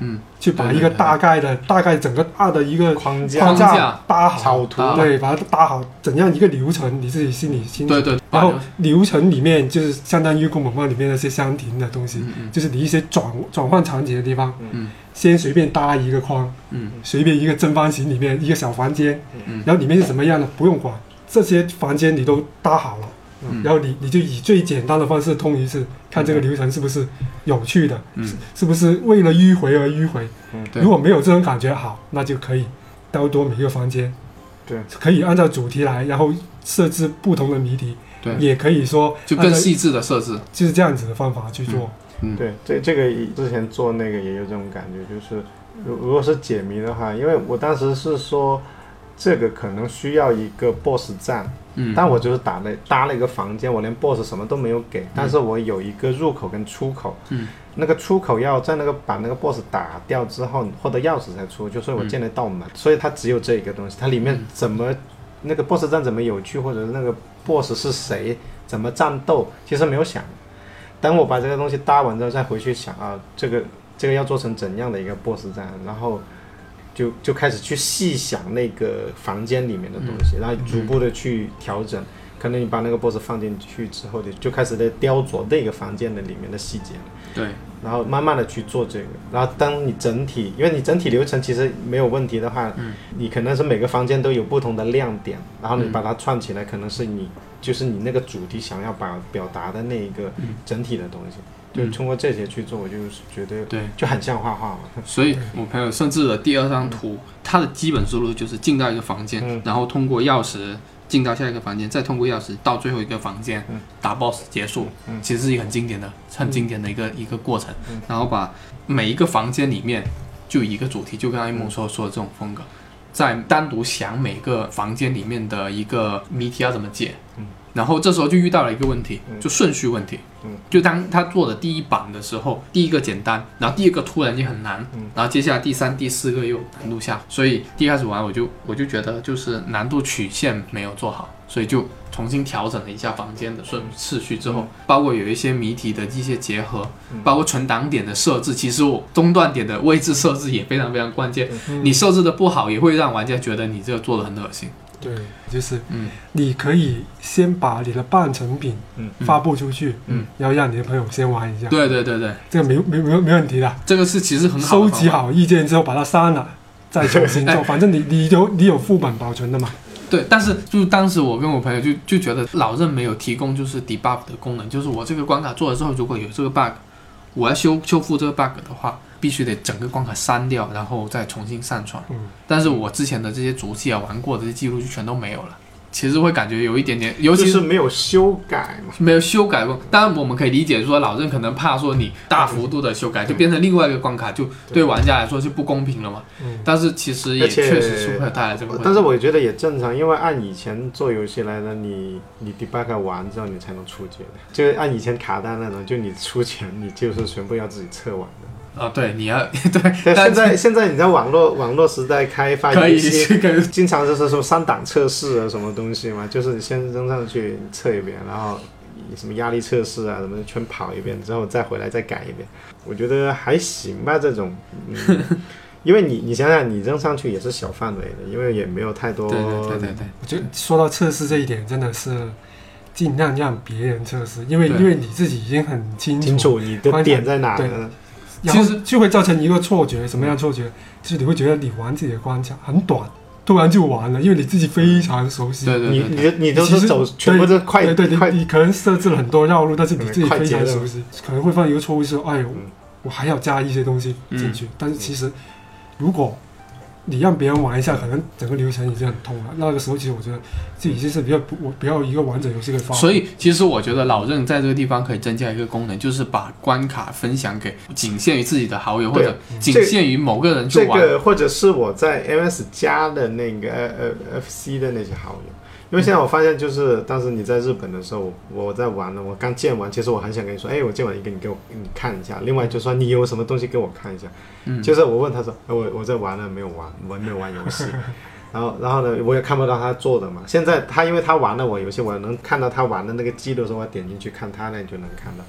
A: 嗯，
B: 去把
A: 对
B: 一个
A: 对对
B: 大概的、大概整个大的一个
C: 框
A: 框
C: 架
A: 架
B: 搭
C: 草
B: 好，
C: 图
A: 啊
B: 对，把它搭好，怎样一个流程，你自己心里清楚。
A: 对对，
B: 嗯然后流程里面就是相当于《宫本茂》里面那些相庭的东西，
A: 嗯嗯
B: 就是你一些转转换场景的地方，
A: 嗯
B: 先随便搭一个框，
A: 嗯
B: 随便一个正方形里面一个小房间，
A: 嗯
B: 然后里面是什么样的不用管，这些房间你都搭好了，
A: 嗯，
B: 然后你你就以最简单的方式通一次，看这个流程是不是有趣的，
A: 嗯
B: 是不是为了迂回而迂回。
C: 嗯
A: 对
B: 如果没有这种感觉，好，那就可以刀多每一个房间，
C: 对，
B: 可以按照主题来，然后设置不同的谜题，
A: 对。
B: 也可以说
A: 就
B: 按
A: 更
B: 照
A: 细致的设置。
B: 就是这样子的方法去做。
A: 嗯，
C: 对，这这个以之前做那个也有这种感觉，就是如如果是解谜的话，因为我当时是说这个可能需要一个 BOSS 战，
A: 嗯，
C: 但我就是打了搭了一个房间，我连 BOSS 什么都没有给，但是我有一个入口跟出口，
A: 嗯，
C: 那个出口要在那个把那个 BOSS 打掉之后获得钥匙才出，就是我建了一道
A: 嗯
C: 门，所以它只有这一个东西，它里面怎么、那个 BOSS 战怎么有趣，或者是那个 BOSS 是谁，怎么战斗，其实没有想。等我把这个东西搭完之后，再回去想啊，这个这个要做成怎样的一个 BOSS 战，然后就就开始去细想那个房间里面的东西，然后逐步的去调整。可能你把那个 BOSS 放进去之后，你就开始在雕琢那个房间的里面的细节了
A: 对，
C: 然后慢慢的去做这个，然后当你整体，因为你整体流程其实没有问题的话，
A: 嗯
C: 你可能是每个房间都有不同的亮点，然后你
A: 嗯
C: 把它串起来，可能是你就是你那个主题想要把表达的那一个整体的东西，
A: 嗯
C: 就通过这些去做，我就是觉得
A: 对，
C: 就很像画画嘛，
A: 所以我朋友甚至的第二张图，它的基本思路就是进到一个房间
C: 嗯，
A: 然后通过钥匙进到下一个房间，再通过钥匙到最后一个房间
C: 嗯
A: 打 BOSS 结束
C: 嗯，
A: 其实是一个很经典的、很经典的一个一个过程
C: 嗯。
A: 然后把每一个房间里面就一个主题，就刚才木说说的这种风格。再单独想每个房间里面的一个谜题要怎么解
C: 嗯，
A: 然后这时候就遇到了一个问题，
C: 嗯
A: 就顺序问题。
C: 嗯
A: 就当他做的第一版的时候，第一个简单，然后第二个突然就很难，
C: 嗯
A: 然后接下来第三、第四个又难度下，所以第一开始玩我就我就觉得就是难度曲线没有做好，所以就重新调整了一下房间的顺次序之后，包括有一些谜题的一些结合，
C: 嗯
A: 包括存档点的设置，其实我中断点的位置设置也非常非常关键，
B: 嗯
A: 你设置的不好也会让玩家觉得你这个做的很恶心，
B: 对，就是
A: 嗯
B: 你可以先把你的半成品
C: 嗯
B: 发布出去，
A: 嗯，
B: 然后让你的朋友先玩一下，
A: 对对对对，
B: 这个没没没没问题的。
A: 这个是其实很好
B: 收
A: 的
B: 集
A: 方法
B: 好意见之后把它删了，再重新
A: 哎
B: 做，反正你你有你有副本保存的嘛。
A: 对，但是就是当时我跟我朋友就就觉得老任没有提供就是 debug 的功能，就是我这个关卡做了之后，如果有这个 bug，我要修修复这个 bug 的话，必须得整个关卡删掉，然后再重新上传。
B: 嗯，
A: 但是我之前的这些足迹啊，玩过的这些记录就全都没有了，其实会感觉有一点点，尤
C: 就
A: 其
C: 是没有修改嘛，
A: 没有修改过。当然，我们可以理解说老任可能怕说你大幅度的修改就变成另外一个关卡，就对玩家来说就不公平了嘛。
B: 嗯
A: 但是其实也
C: 而且
A: 确实是会带来这个问题。
C: 但是我觉得也正常，因为按以前做游戏来的，你你 debug 完之后你才能出结的，就是按以前卡带那种，就你出钱你就是全部要自己测完的。
A: 啊，对，你要对，
C: 但
A: 但
C: 现在现在你在网络网络时代开发
A: 可
C: 游
A: 以
C: 戏，
A: 去跟
C: 经常就是说上档测试啊，什么东西嘛，就是你先扔上去测一遍，然后什么压力测试啊，什么全跑一遍之后再回来再改一遍，我觉得还行吧，这种，嗯，因为你你想想，你扔上去也是小范围的，因为也没有太多，
A: 对对对对对。
B: 我觉得说到测试这一点，真的是尽量让别人测试，因为
A: 对
B: 因为你自己已经很清楚，
C: 清楚你的
B: 观察
C: 点在哪
B: 对
C: 了，
B: 然后
A: 其实
B: 就会造成一个错觉，什么样错觉？就是你会觉得你玩自己的关卡很短，突然就完了，因为你自己非常熟悉。
A: 对对
C: 你
A: 对
C: 你你都
B: 其
C: 是
B: 实
C: 走全部
B: 对
C: 都快
B: 对对，
C: 快
B: 你你可能设置了很多绕路，但是你自己
C: 快
B: 非
C: 捷
B: 常
C: 的
B: 熟
A: 嗯
B: 悉，可能会犯一个错误是，哎呦
C: 嗯，
B: 我还要加一些东西进
A: 嗯
B: 去。但是其实，如果你让别人玩一下，可能整个流程已经很通了。那个时候，其实我觉得这已经是比较不我比较一个完整游戏的方法。
A: 所以，其实我觉得老任在这个地方可以增加一个功能，就是把关卡分享给仅限于自己的好友，或
C: 对
A: 者仅限于某个人去
C: 这
A: 玩。
C: 个或者是我在 MS 加的那个呃呃 FC 的那些好友，因为现在我发现就是当时你在日本的时候，我在玩了，我刚建完，其实我很想跟你说，哎，我建完一个，你给我你看一下。另外就说你有什么东西给我看一下。
A: 嗯
C: 就是我问他说，哎我我在玩了没有玩，我没有玩游戏。 然后，然后呢，我也看不到他做的嘛。现在他因为他玩了我游戏，我能看到他玩的那个记录的时候，我点进去看他那，你就能看到，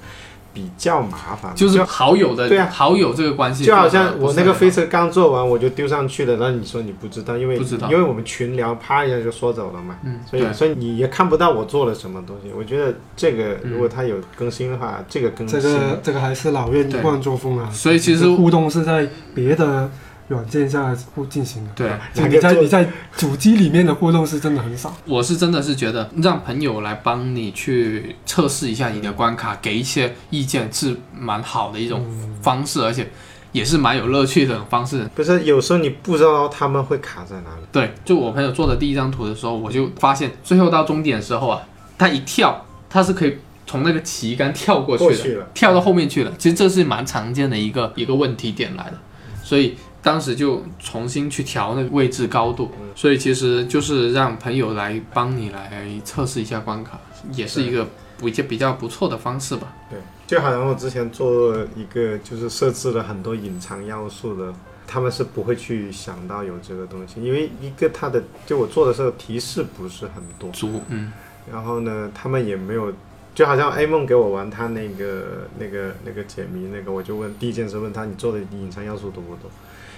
C: 比较麻烦。
A: 就是好友的，
C: 对啊
A: 好友这个关系
C: 就好
A: 做
C: 像
A: 得不
C: 我
A: 是
C: 那个
A: 很好
C: 飞车刚做完，我就丢上去了，然后你说你不知道，因为
A: 不知道
C: 因为我们群聊啪一下就说走了嘛，
A: 嗯，
C: 所以
A: 对，
C: 所以你也看不到我做了什么东西。我觉得这个
A: 嗯
C: 如果它有更新的话，这个更
B: 这
C: 新
B: 个这个还是老任一贯作风啊。
A: 所以其实
B: 互动是在别的软件下互进行的。
A: 对，
B: 就你在你在主机里面的互动是真的很少。
A: 我是真的是觉得让朋友来帮你去测试一下你的关卡，给一些意见是蛮好的一种方式，而且也是蛮有乐趣的方式。
C: 不是有时候你不知道他们会卡在哪里，
A: 对，就我朋友做的第一张图的时候，我就发现最后到终点的时候啊，他一跳，他是可以从那个旗杆跳过去的，
C: 过去了
A: 跳到后面去了。其实这是蛮常见的一个一个问题点来的，所以当时就重新去调那个位置高度。
C: 嗯
A: 所以其实就是让朋友来帮你来测试一下关卡，也是一个比较比较不错的方式吧。
C: 对，就好像我之前做一个就是设置了很多隐藏要素的。他们是不会去想到有这个东西，因为一个它的就我做的时候提示不是很多，
A: 足，嗯，
C: 然后呢，他们也没有，就好像 A 梦给我玩他那个那个那个解谜那个，我就问第一件事问他你做的隐藏要素多不多？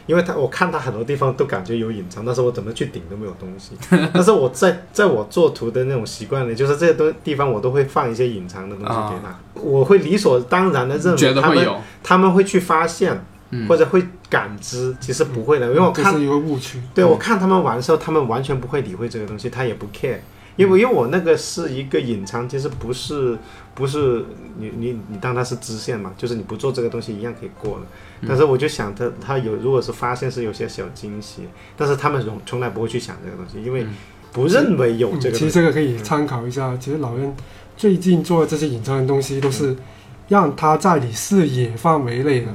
C: 因为他我看他很多地方都感觉有隐藏，但是我怎么去顶都没有东 西。但是我在在我做图的那种习惯里，就是这些东地方我都会放一些隐藏的东西给他，我会理所当然的认
A: 啊觉
C: 为
A: 得
C: 他
A: 会
C: 们
A: 有，
C: 他们会去发现、
A: 嗯
C: 或，者会感知，其实不会的，因为我
B: 这
C: 看
B: 是一个误区。
C: 对，
A: 嗯
C: 我看他们玩的时候，他们完全不会理会这个东西，他也不 care，因
B: 嗯
C: 为因为我那个是一个隐藏，其实不是不是你你你当它是支线嘛，就是你不做这个东西一样可以过的。
B: 嗯
C: 但是我就想他他有如果是发现是有些小惊喜，但是他们从从来不会去想这个东西，因为
A: 嗯
C: 不认为有
B: 嗯
C: 这个
B: 其实
C: 东西。
B: 这个可以参考一下。其实老任最近做的这些隐藏的东西，都是让他在你视野范围内的，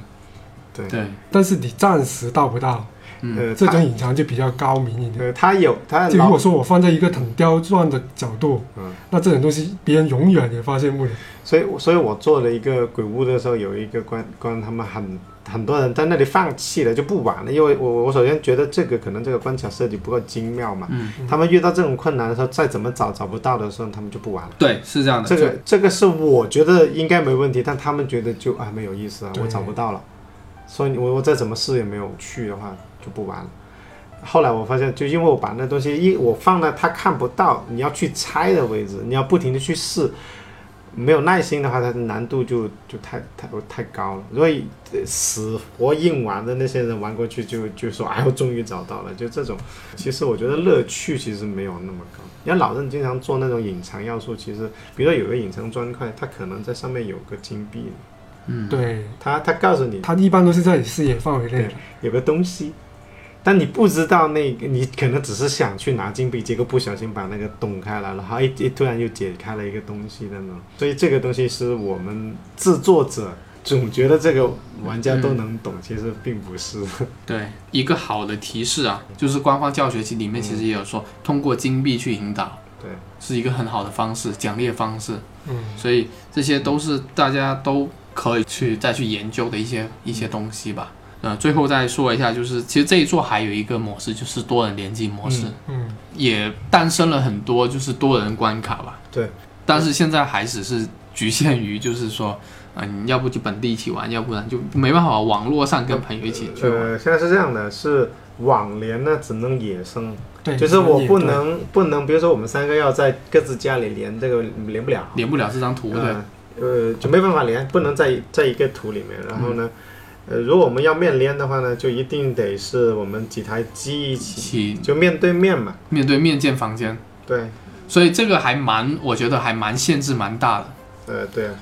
C: 对，
A: 对，
B: 但是你暂时到不到，
A: 嗯，
C: 呃，
B: 这种
C: 他
B: 隐藏就比较高明一点。
C: 呃他有他
B: 就如
C: 老
B: 果说我放在一个很刁钻的角度，
C: 嗯。
B: 那这种东西别人永远也发现不了。
C: 所以我，所以我做了一个鬼屋的时候，有一个关关他们很很多人在那里放弃了，就不玩了，因为我我首先觉得这个可能这个关卡设计不够精妙嘛，
A: 嗯，
C: 他们遇到这种困难的时候，再怎么找找不到的时候，他们就不玩了。
A: 对，是这样的，
C: 这个这个是我觉得应该没问题，但他们觉得就啊没有意思啊，
B: 对
C: 我找不到了，所以我我再怎么试也没有去的话就不玩了。后来我发现，就因为我把那东西一我放了，他看不到，你要去猜的位置，你要不停的去试，没有耐心的话，它的难度就就太太太高了。所以呃死活硬玩的那些人玩过去就就说，哎，我终于找到了，就这种。其实我觉得乐趣其实没有那么高。你看老任经常做那种隐藏要素，其实比如说有个隐藏砖块，它可能在上面有个金币，
A: 嗯，
B: 对，
C: 它它告诉你
B: 他一般都是在你视野范围内的。
C: 有个东西，但你不知道那个，你可能只是想去拿金币，结果不小心把那个洞开了，然后一一突然又解开了一个东西的呢。所以这个东西是我们制作者总觉得这个玩家都能懂，其实并不是。
A: 对，一个好的提示啊，就是官方教学其里面其实也有说，通过金币去引导，
C: 对，
A: 是一个很好的方式，奖励的方式，
B: 嗯，
A: 所以这些都是大家都可以去再去研究的一些一些东西吧。呃，最后再说一下，就是其实这一座还有一个模式，就是多人联机模式，
B: 嗯，
A: 也诞生了很多就是多人关卡吧。
C: 对，
A: 但是现在还只是局限于就是说，嗯、你要不就本地一起玩，要不然就没办法网络上跟朋友一起去玩。
C: 呃，现在是这样的，是网联呢只能野生，
B: 对，
C: 就是我不
B: 对
C: 能不能，比如说我们三个要在各自家里连，这个连不了，
A: 连不了这张图，对，
C: 呃呃，就没办法连，不能在在一个图里面。然后呢，呃，如果我们要面连的话呢，就一定得是我们几台机一
A: 一
C: 起，
A: 起
C: 就面对面嘛。
A: 面对面建房间，
C: 对，
A: 所以这个还蛮，我觉得还蛮限制蛮大的。
C: 呃，对啊，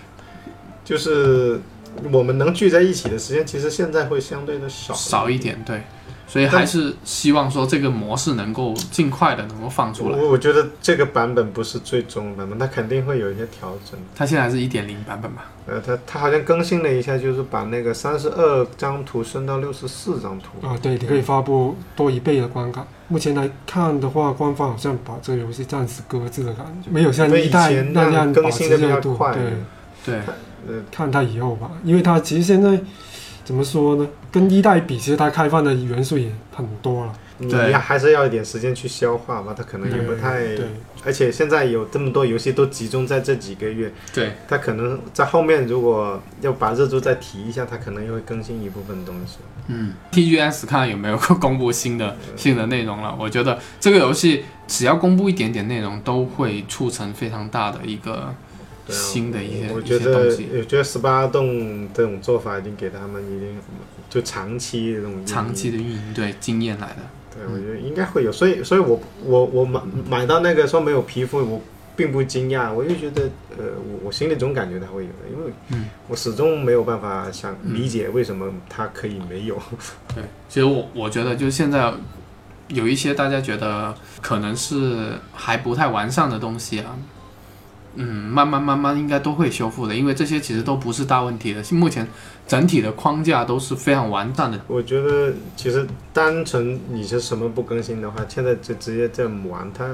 C: 就是我们能聚在一起的时间，其实现在会相对的少
A: 少一。点，对。所以还是希望说这个模式能够尽快的能够放出来。
C: 我我觉得这个版本不是最终版本，它肯定会有一些调整。
A: 它现在是一点零版本嘛？
C: 呃，它它好像更新了一下，就是把那个三十二张图升到六十四张图。
B: 啊，对，你可以发布多一倍的关卡。目前来看的话，官方好像把这个游戏暂时搁置了，感觉没有像
C: 因为
B: 一
C: 以
B: 代
C: 前
B: 那
C: 样
B: 样
C: 更
B: 保
C: 新
B: 持
C: 的比
B: 热
C: 较
B: 度。
C: 快。
B: 对，
A: 对，
C: 呃，
B: 看它以后吧，因为它其实现在怎么说呢，跟一代比，其实它开放的元素也很多了。
C: 你
A: 对
C: 你还是要一点时间去消化吧，它可能也不
A: 嗯
C: 太。
B: 对，
C: 而且现在有这么多游戏都集中在这几个月，
A: 对，
C: 它可能在后面如果要把热度再提一下，它可能又会更新一部分东西。
A: 嗯，TGS 看有没有公布新的新的内容了？我觉得这个游戏只要公布一点点内容，都会促成非常大的一个
C: 对啊
A: 新的一些
C: 我
A: 一
C: 觉
A: 些
C: 得
A: 东西，
C: 我觉得十八栋这种做法已经给他们已经就长期的这种运营
A: 长期的运营对经验来的。
C: 对，我觉得应该会有，所以，所以我我我买买到那个说没有皮肤，我并不惊讶，我就觉得，呃，我我心里总感觉它会有的，因为
A: 嗯
C: 我始终没有办法想理解为什么它可以没有。
A: 对，其实我我觉得就是现在有一些大家觉得可能是还不太完善的东西啊，嗯，慢慢慢慢应该都会修复的，因为这些其实都不是大问题的。目前整体的框架都是非常完善的。
C: 我觉得其实单纯你是什么不更新的话，现在就直接这么玩它。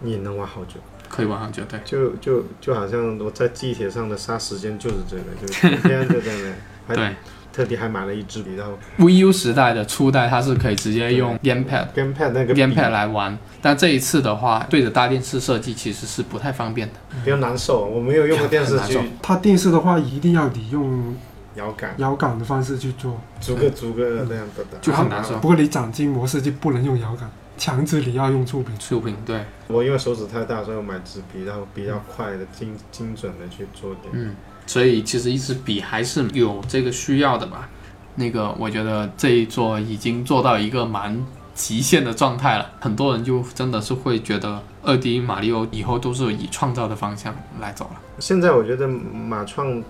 C: 你也能玩好久，
A: 可以往上绝对，
C: 就就就好像我在地铁上的杀时间就是这个，就天天就在那，还
A: 对
C: 特地还买了一支笔，然后
A: VU 时代的初代它是可以直接用 gamepad
C: gamepad 那个笔
A: gamepad 来玩，但这一次的话，对着大电视设计其实是不太方便的。
C: 比较难受，我没有用过电视
A: 很
C: 去
A: 难
B: 它电视的话，一定要你用
C: 摇杆。
B: 摇杆的方式去做，
C: 逐个逐个的那样的打，
A: 嗯就很难受
B: 不过你掌机模式就不能用摇杆，强制你要用触屏。
A: 触屏嗯对，
C: 我因为手指太大，所以我买支笔，然后比较快的、精精准的去做点。
A: 嗯，所以其实一支笔还是有这个需要的吧。那个，我觉得这一座已经做到一个蛮极限的状态了，很多人就真的是会觉得二 D 马里奥以后都是以创造的方向来走了。
C: 现在我觉得马创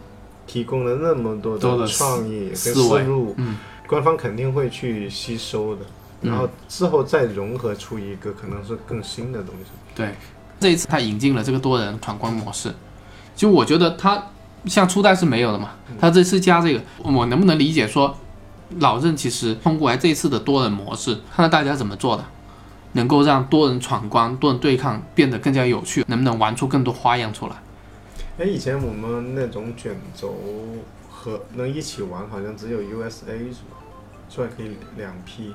C: 提供了那么多
A: 多
C: 的
A: 的
C: 创意跟
A: 思
C: 思
A: 维
C: 路，
A: 嗯，
C: 官方肯定会去吸收的，
A: 嗯
C: 然后之后再融合出一个可能是更新的东西。
A: 对，这一次他引进了这个多人闯关模式，就我觉得他像初代是没有的嘛，他这次加这个，我能不能理解说，老任其实通过来这一次的多人模式，看看大家怎么做的，能够让多人闯关、多人对抗变得更加有趣，能不能玩出更多花样出来？
C: 哎，以前我们那种卷轴和能一起玩，好像只有 USA 是吧？所以可以两批，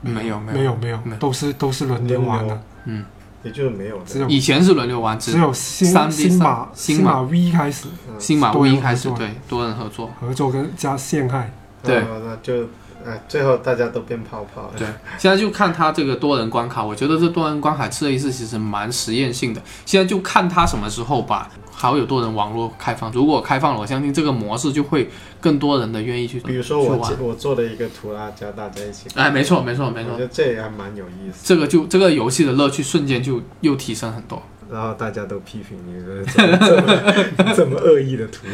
A: 没有没
B: 没
A: 有，
B: 有没有
A: 没有，
B: 都是都是轮流玩
C: 轮
B: 的
C: 流，
A: 嗯，
C: 也就是没有的
B: 啊只。有
A: 以前是轮流玩，
B: 只
A: 只
B: 有新
A: 3D
B: 新马
A: 新
B: 新马 V 开始
C: 嗯
A: 新马
B: 多
A: 威
B: 人
A: 一开始
B: 合作
A: 对多人合作，
B: 合作跟加陷害，
A: 对
C: 然后那就哎，最后大家都变泡泡了。
A: 对，现在就看他这个多人关卡，我觉得这多人关卡这一次其实蛮实验性的。现在就看他什么时候把好友多人网络开放。如果开放了，我相信这个模式就会更多人的愿意去。
C: 比如说我
A: 去玩
C: 这我做了一个图啦，教大家一起，
A: 哎，没错，没错，没
C: 我觉
A: 错，
C: 得这也还蛮有意思。
A: 这个就这个游戏的乐趣瞬间就又提升很多。
C: 然后大家都批评你说这么这么 这么恶意的图，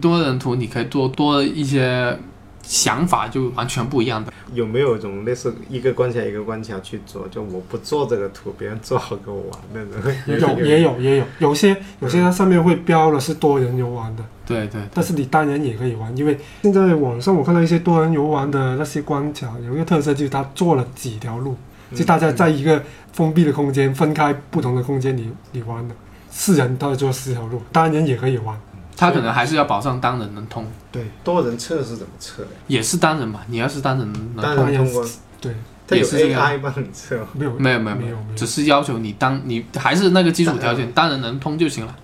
A: 多人图你可以多多一些想法，就完全不一样的。
C: 有没有一种类似一个关卡一个关卡去做？就我不做这个图，别人做好给我玩那种。
B: 也有也有也有，有些有些它上面会标的是多人游玩的，
A: 对对
B: 但是你单人也可以玩，因为现在网上我看到一些多人游玩的那些关卡，有一个特色就是它做了几条路，
C: 嗯
B: 就大家在一个封闭的空间分开不同的空间里里玩的，四人它就做四条路，单人也可以玩，
A: 他可能还是要保障单人能通，
C: 对多人测是怎么测的？
A: 也是单人嘛。你要是单人能
C: 单
A: 通，
C: 人通关，
B: 对，
C: 它有
A: 也是这个
C: AI 帮你测。
B: 没有
A: 没有没有
B: 没
A: 没
B: 有
A: 有，
B: 没有
A: 只是要求你当你还是那个基础条
C: 单
A: 件，单人能通就行了。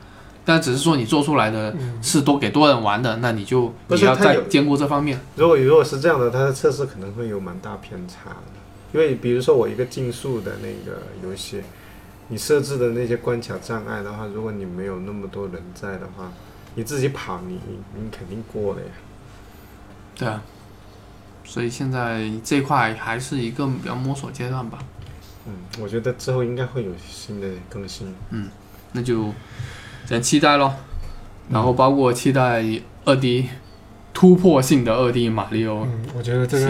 A: 但只是说你做出来的
B: 嗯
A: 是多给多人玩的，那你就
C: 不
A: 你
C: 是
A: 要
C: 他
A: 再
C: 有
A: 兼顾这方面。
C: 如果如果是这样的，它的测试可能会有蛮大偏差的，因为比如说我一个竞速的那个游戏，你设置的那些关卡障碍的话，如果你没有那么多人在的话，你自己跑你你你肯定过了呀。
A: 对啊，所以现在这块还是一个比较摸索阶段吧。
C: 嗯，我觉得之后应该会有新的更新。
A: 那就只能期待咯。然后包括期待二 D 突破性的二 D 马里奥，
B: 嗯，我觉得这个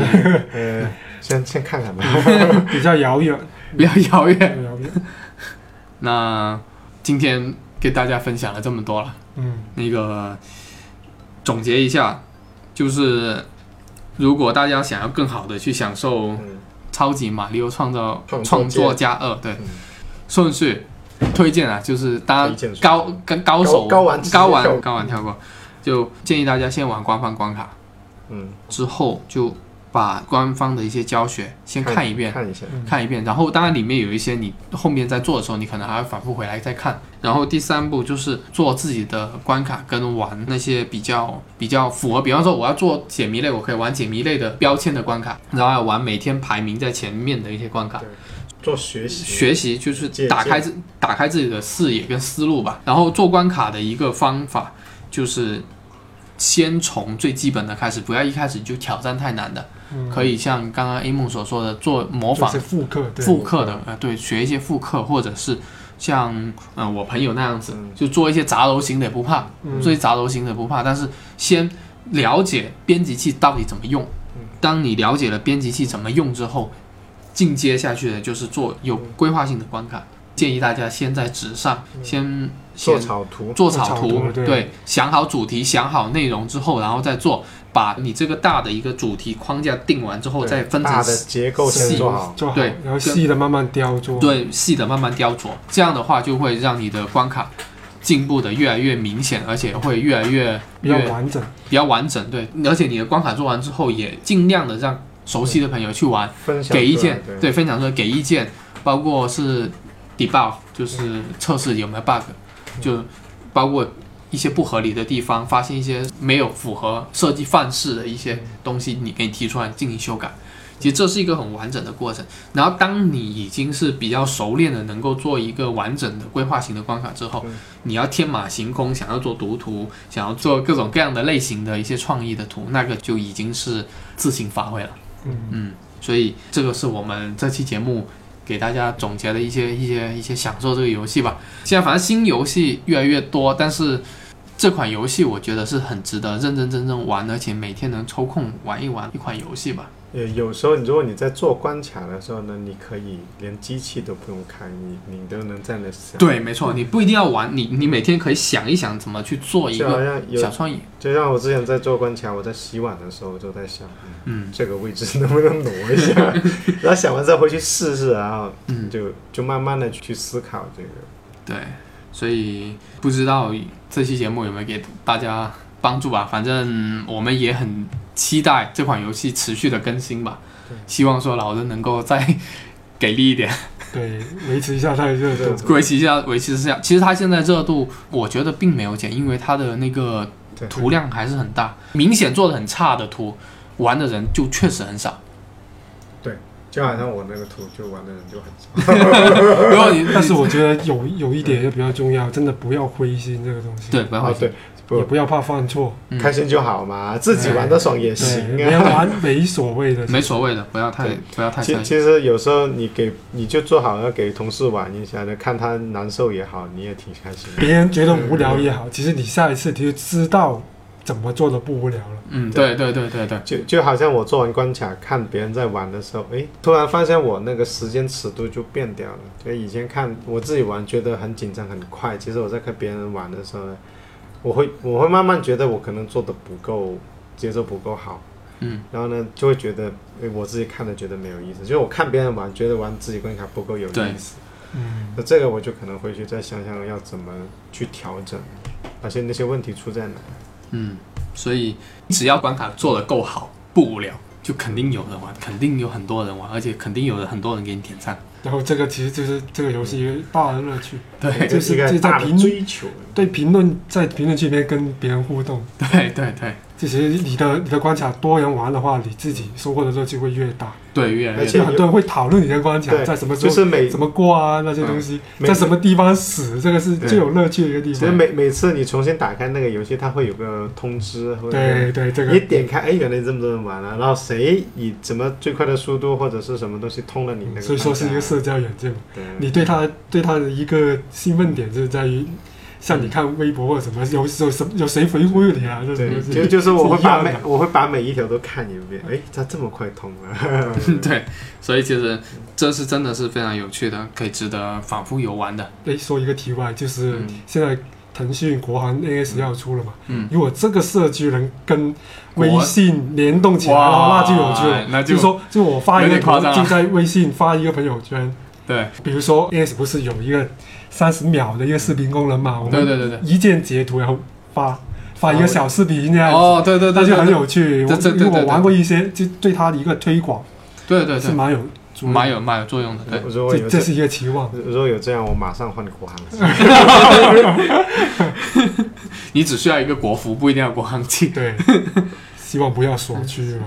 C: 呃，先先看看吧。
B: 比较遥 远，
A: 比较遥
B: 比
A: 远。
B: 较遥远，
A: 那今天给大家分享了这么多了，
B: 嗯，
A: 那个总结一下，就是如果大家想要更好的去享受《
C: 嗯，
A: 超级马里奥创造
C: 创作
A: 创作家二》，对
C: 嗯，
A: 顺序推荐啊，就是大家
C: 推荐顺序
A: 高跟高手
C: 高高玩直接
A: 高
C: 跳
A: 玩
C: 过
A: 高玩跳过，就建议大家先玩官方关卡。
C: 嗯，
A: 之后就把官方的一些教学先看一遍，
C: 看一下。
B: 嗯
A: 看一遍，然后当然里面有一些你后面在做的时候，你可能还会反复回来再看。然后第三步就是做自己的关卡，跟玩那些比较比较符合，比方说我要做解谜类，我可以玩解谜类的标签的关卡，然后还有玩每天排名在前面的一些关卡。
C: 做学习，
A: 学习就是
C: 借鉴
A: 打开自打开自己的视野跟思路吧。然后做关卡的一个方法就是先从最基本的开始，不要一开始就挑战太难的，
B: 嗯
A: 可以像刚刚 A 梦所说的做模仿
B: 就是复刻，对，
A: 复刻的，呃，对，学一些复刻或者是。像嗯、呃我朋友那样子
C: 嗯，
A: 就做一些杂糅型的也不怕，
B: 嗯
A: 做一些杂糅型的也不怕，但是先了解编辑器到底怎么用。当你了解了编辑器怎么用之后，进阶下去的就是做有规划性的关卡。建议大家先在纸上先
C: 做
A: 先
C: 草图，
A: 做草
B: 做
A: 图
B: 草图，对
A: 对，想好主题，想好内容之后，然后再做，把你这个大的一个主题框架定完之后，
C: 对
A: 再分
C: 大
A: 成
C: 的结构
B: 细
C: 先做好。
B: 做好，
A: 对
B: 然后细的慢慢雕琢，，
A: 对细的慢慢雕琢，这样的话就会让你的关卡进步的越来越明显，而且会越来越
B: 比较
A: 越
B: 完整，
A: 比较完整，对，而且你的关卡做完之后，也尽量的让熟悉的朋友去玩。
C: 分享
A: 给意
C: 出来
A: 见，对，分享出来给意见，包括是 debug，就是测试有没有 bug，就包括一些不合理的地方，发现一些没有符合设计范式的一些东西，你可以提出来进行修改。其实这是一个很完整的过程。然后，当你已经是比较熟练的，能够做一个完整的规划型的关卡之后，你要天马行空，想要做读图，想要做各种各样的类型的一些创意的图，那个就已经是自行发挥了。
B: 嗯，
A: 嗯，所以这个是我们这期节目给大家总结的一些一些一些享受这个游戏吧。现在反正新游戏越来越多，但是这款游戏我觉得是很值得认认真真玩，而且每天能抽空玩一玩一款游戏吧。
C: 呃，有时候你如果你在做关卡的时候呢，你可以连机器都不用开，你你都能在那想。，
A: 对，没错，你不一定要玩，你你每天可以想一想怎么去做一
C: 就好
A: 个
C: 像有
A: 小，创意。
C: 就像我之前在做关卡，我在洗碗的时候就在想，
A: 嗯，
C: 这个位置能不能挪一下， 然后想完之后回去试试，然后
A: 嗯
C: 就就慢慢的去思考这个。
A: 对，所以不知道这期节目有没有给大家帮助吧？反正我们也很期待这款游戏持续的更新吧。希望说老人能够再给力一点，
B: 对，维持一下它的热
C: 热
B: 度
C: 度，
A: 维持一下，维持一下。其实它现在热度，我觉得并没有减，因为它的那个
C: 对
A: 图量还是很大，明显做的很差的图，玩的人就确实很少。
C: 就好像我那个图就玩的人就很少，
A: 如果 你
B: 但是我觉得有有一点也比较重要，真的不要灰心这个东西，
A: 对，不要
C: 啊
A: 灰心，
C: 对，
B: 也
C: 不
B: 不要怕犯错，
A: 嗯
C: 开心就好嘛，自己玩的爽也
B: 对，
C: 行
B: 没
C: 啊。
B: 人玩没所谓 的，
A: 没所谓的，不要太
C: 对
A: 不要太
C: 其
A: 在意。
C: 其实有时候你给你就做好要给同事玩一下的，看他难受也好，你也挺开心的。
B: 别人觉得无聊也好，其实你下一次你就知道怎么做的不无聊了。
A: 嗯，对对对对对，
C: 就就好像我做完关卡，看别人在玩的时候，诶，突然发现我那个时间尺度就变掉了。就以前看我自己玩觉得很紧张很快，其实我在看别人玩的时候呢，我会我会慢慢觉得我可能做的不够，节奏不够好，
A: 嗯，
C: 然后呢就会觉得，诶，我自己看了觉得没有意思，就是我看别人玩觉得玩自己关卡不够有
A: 对
C: 意思。
B: 嗯，
C: 那这个我就可能回去再想想要怎么去调整。而且那些问题出在哪？
A: 嗯，所以只要关卡做得够好，不无聊，就肯定有人玩，肯定有很多人玩，而且肯定有人很多人给你点赞。
B: 然后这个其实就是这个游戏一个大的乐趣，
A: 对
C: 这
B: 哎就是是
C: 一个
B: 就在
C: 大的
B: 评
C: 追求。
B: 对评论在评论区里面跟别人互动，
A: 对对对
B: 这其实你的你的关卡多人玩的话，你自己收获的乐趣会越大，
A: 对，越来
C: 而
A: 越
B: 就
C: 且
A: 大
B: 很多人会讨论你的关卡
C: 对
B: 在什么时
C: 就
B: 候
C: 是每
B: 怎么过啊那些东西，
C: 每
B: 在什么地方死，这个是
C: 对
B: 最有乐趣的一个地
C: 其实
B: 方。
C: 每每次你重新打开那个游戏，它会有个通知，或者
B: 对对，这
C: 你
B: 个
C: 点开，哎，原来这么多人玩了、然后谁以怎么最快的速度或者是什么东西通了你那
B: 嗯
C: 个关卡，
B: 所以说是一个社交软件嘛。
C: 对
B: 你对它对它的一个兴奋点就是在于，像你看微博或者什么，有有什么有谁回复你啊？这种
C: 对，
B: 东西
C: 就就是我会
B: 是一
C: 把
B: 样
C: 每
B: 的。
C: 我会把每一条都看一遍，哎，它这么快通啊了，
A: 对，所以其实这是真的是非常有趣的，可以值得反复游玩的。
B: 哎，说一个题外，就是
A: 嗯
B: 现在腾讯国行 AS 要出了嘛，
A: 嗯，
B: 如果这个社区能跟
A: 国
B: 微信联动起来，
A: 哇
B: 那就有趣了。
A: 那就
B: 比如说，就我发一
A: 有
B: 个
A: 点夸
B: 图，
A: 张啊
B: 就在微信发一个朋友圈，
A: 对
B: 比如说 AS 不是有一个三十秒的一个视频功能嘛，我
A: 对
B: 们
A: 对对对。
B: 一键截图然后发发一个小视频这样子。
A: 哦，对对
B: 那
A: 对，
B: 就很
A: 对
B: 有趣。
A: 对
B: 我
A: 对对对
B: 因为我玩过一些，就对它的一个推广
A: 对对
B: 是
A: 对，
B: 蛮有作用
A: 蛮。有蛮有作用的。对，
C: 如果有
B: 这这是一个期望。
C: 如果有这样，我马上换国行。
A: 你只需要一个国服，不一定要国行器。
B: 对，希望不要锁区了。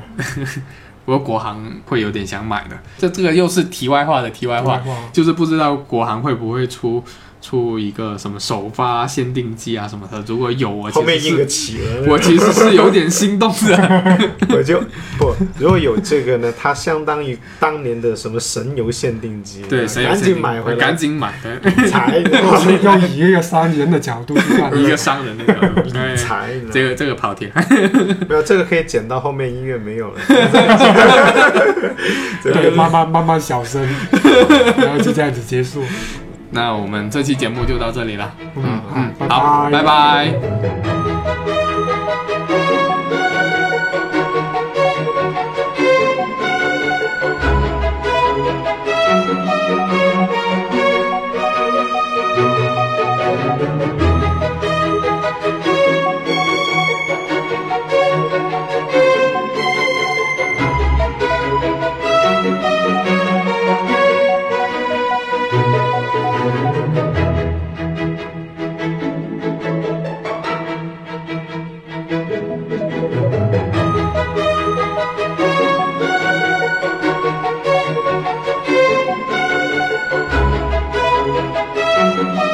A: 不过国行会有点想买的。这这个又是题外话的题外话，
B: 话，
A: 就是不知道国行会不会出出一个什么首发限定机啊什么的。如果有，我
C: 后
A: 其实
C: 面印个
A: 是
C: 企鹅，
A: 我其实是有点心动 的。
C: 我就不，如果有这个呢，它相当于当年的什么神游限定机，啊
A: 对，谁有
C: 赶
A: 限
C: 紧
A: 定
C: 买回来
A: 赶紧买，对，
C: 裁，
B: 我 们要以一个商人的角度去 看
A: 一个商人那个。 对
C: 裁，
A: 这个这个跑题，
C: 没有这个可以剪到后面音乐没有了，
B: 对，慢慢慢慢小 声，然后就这样子结束。
A: 那我们这期节目就到这里了。
B: 嗯，
A: 嗯，
B: 好，
A: 好，拜拜。
D: Thank you.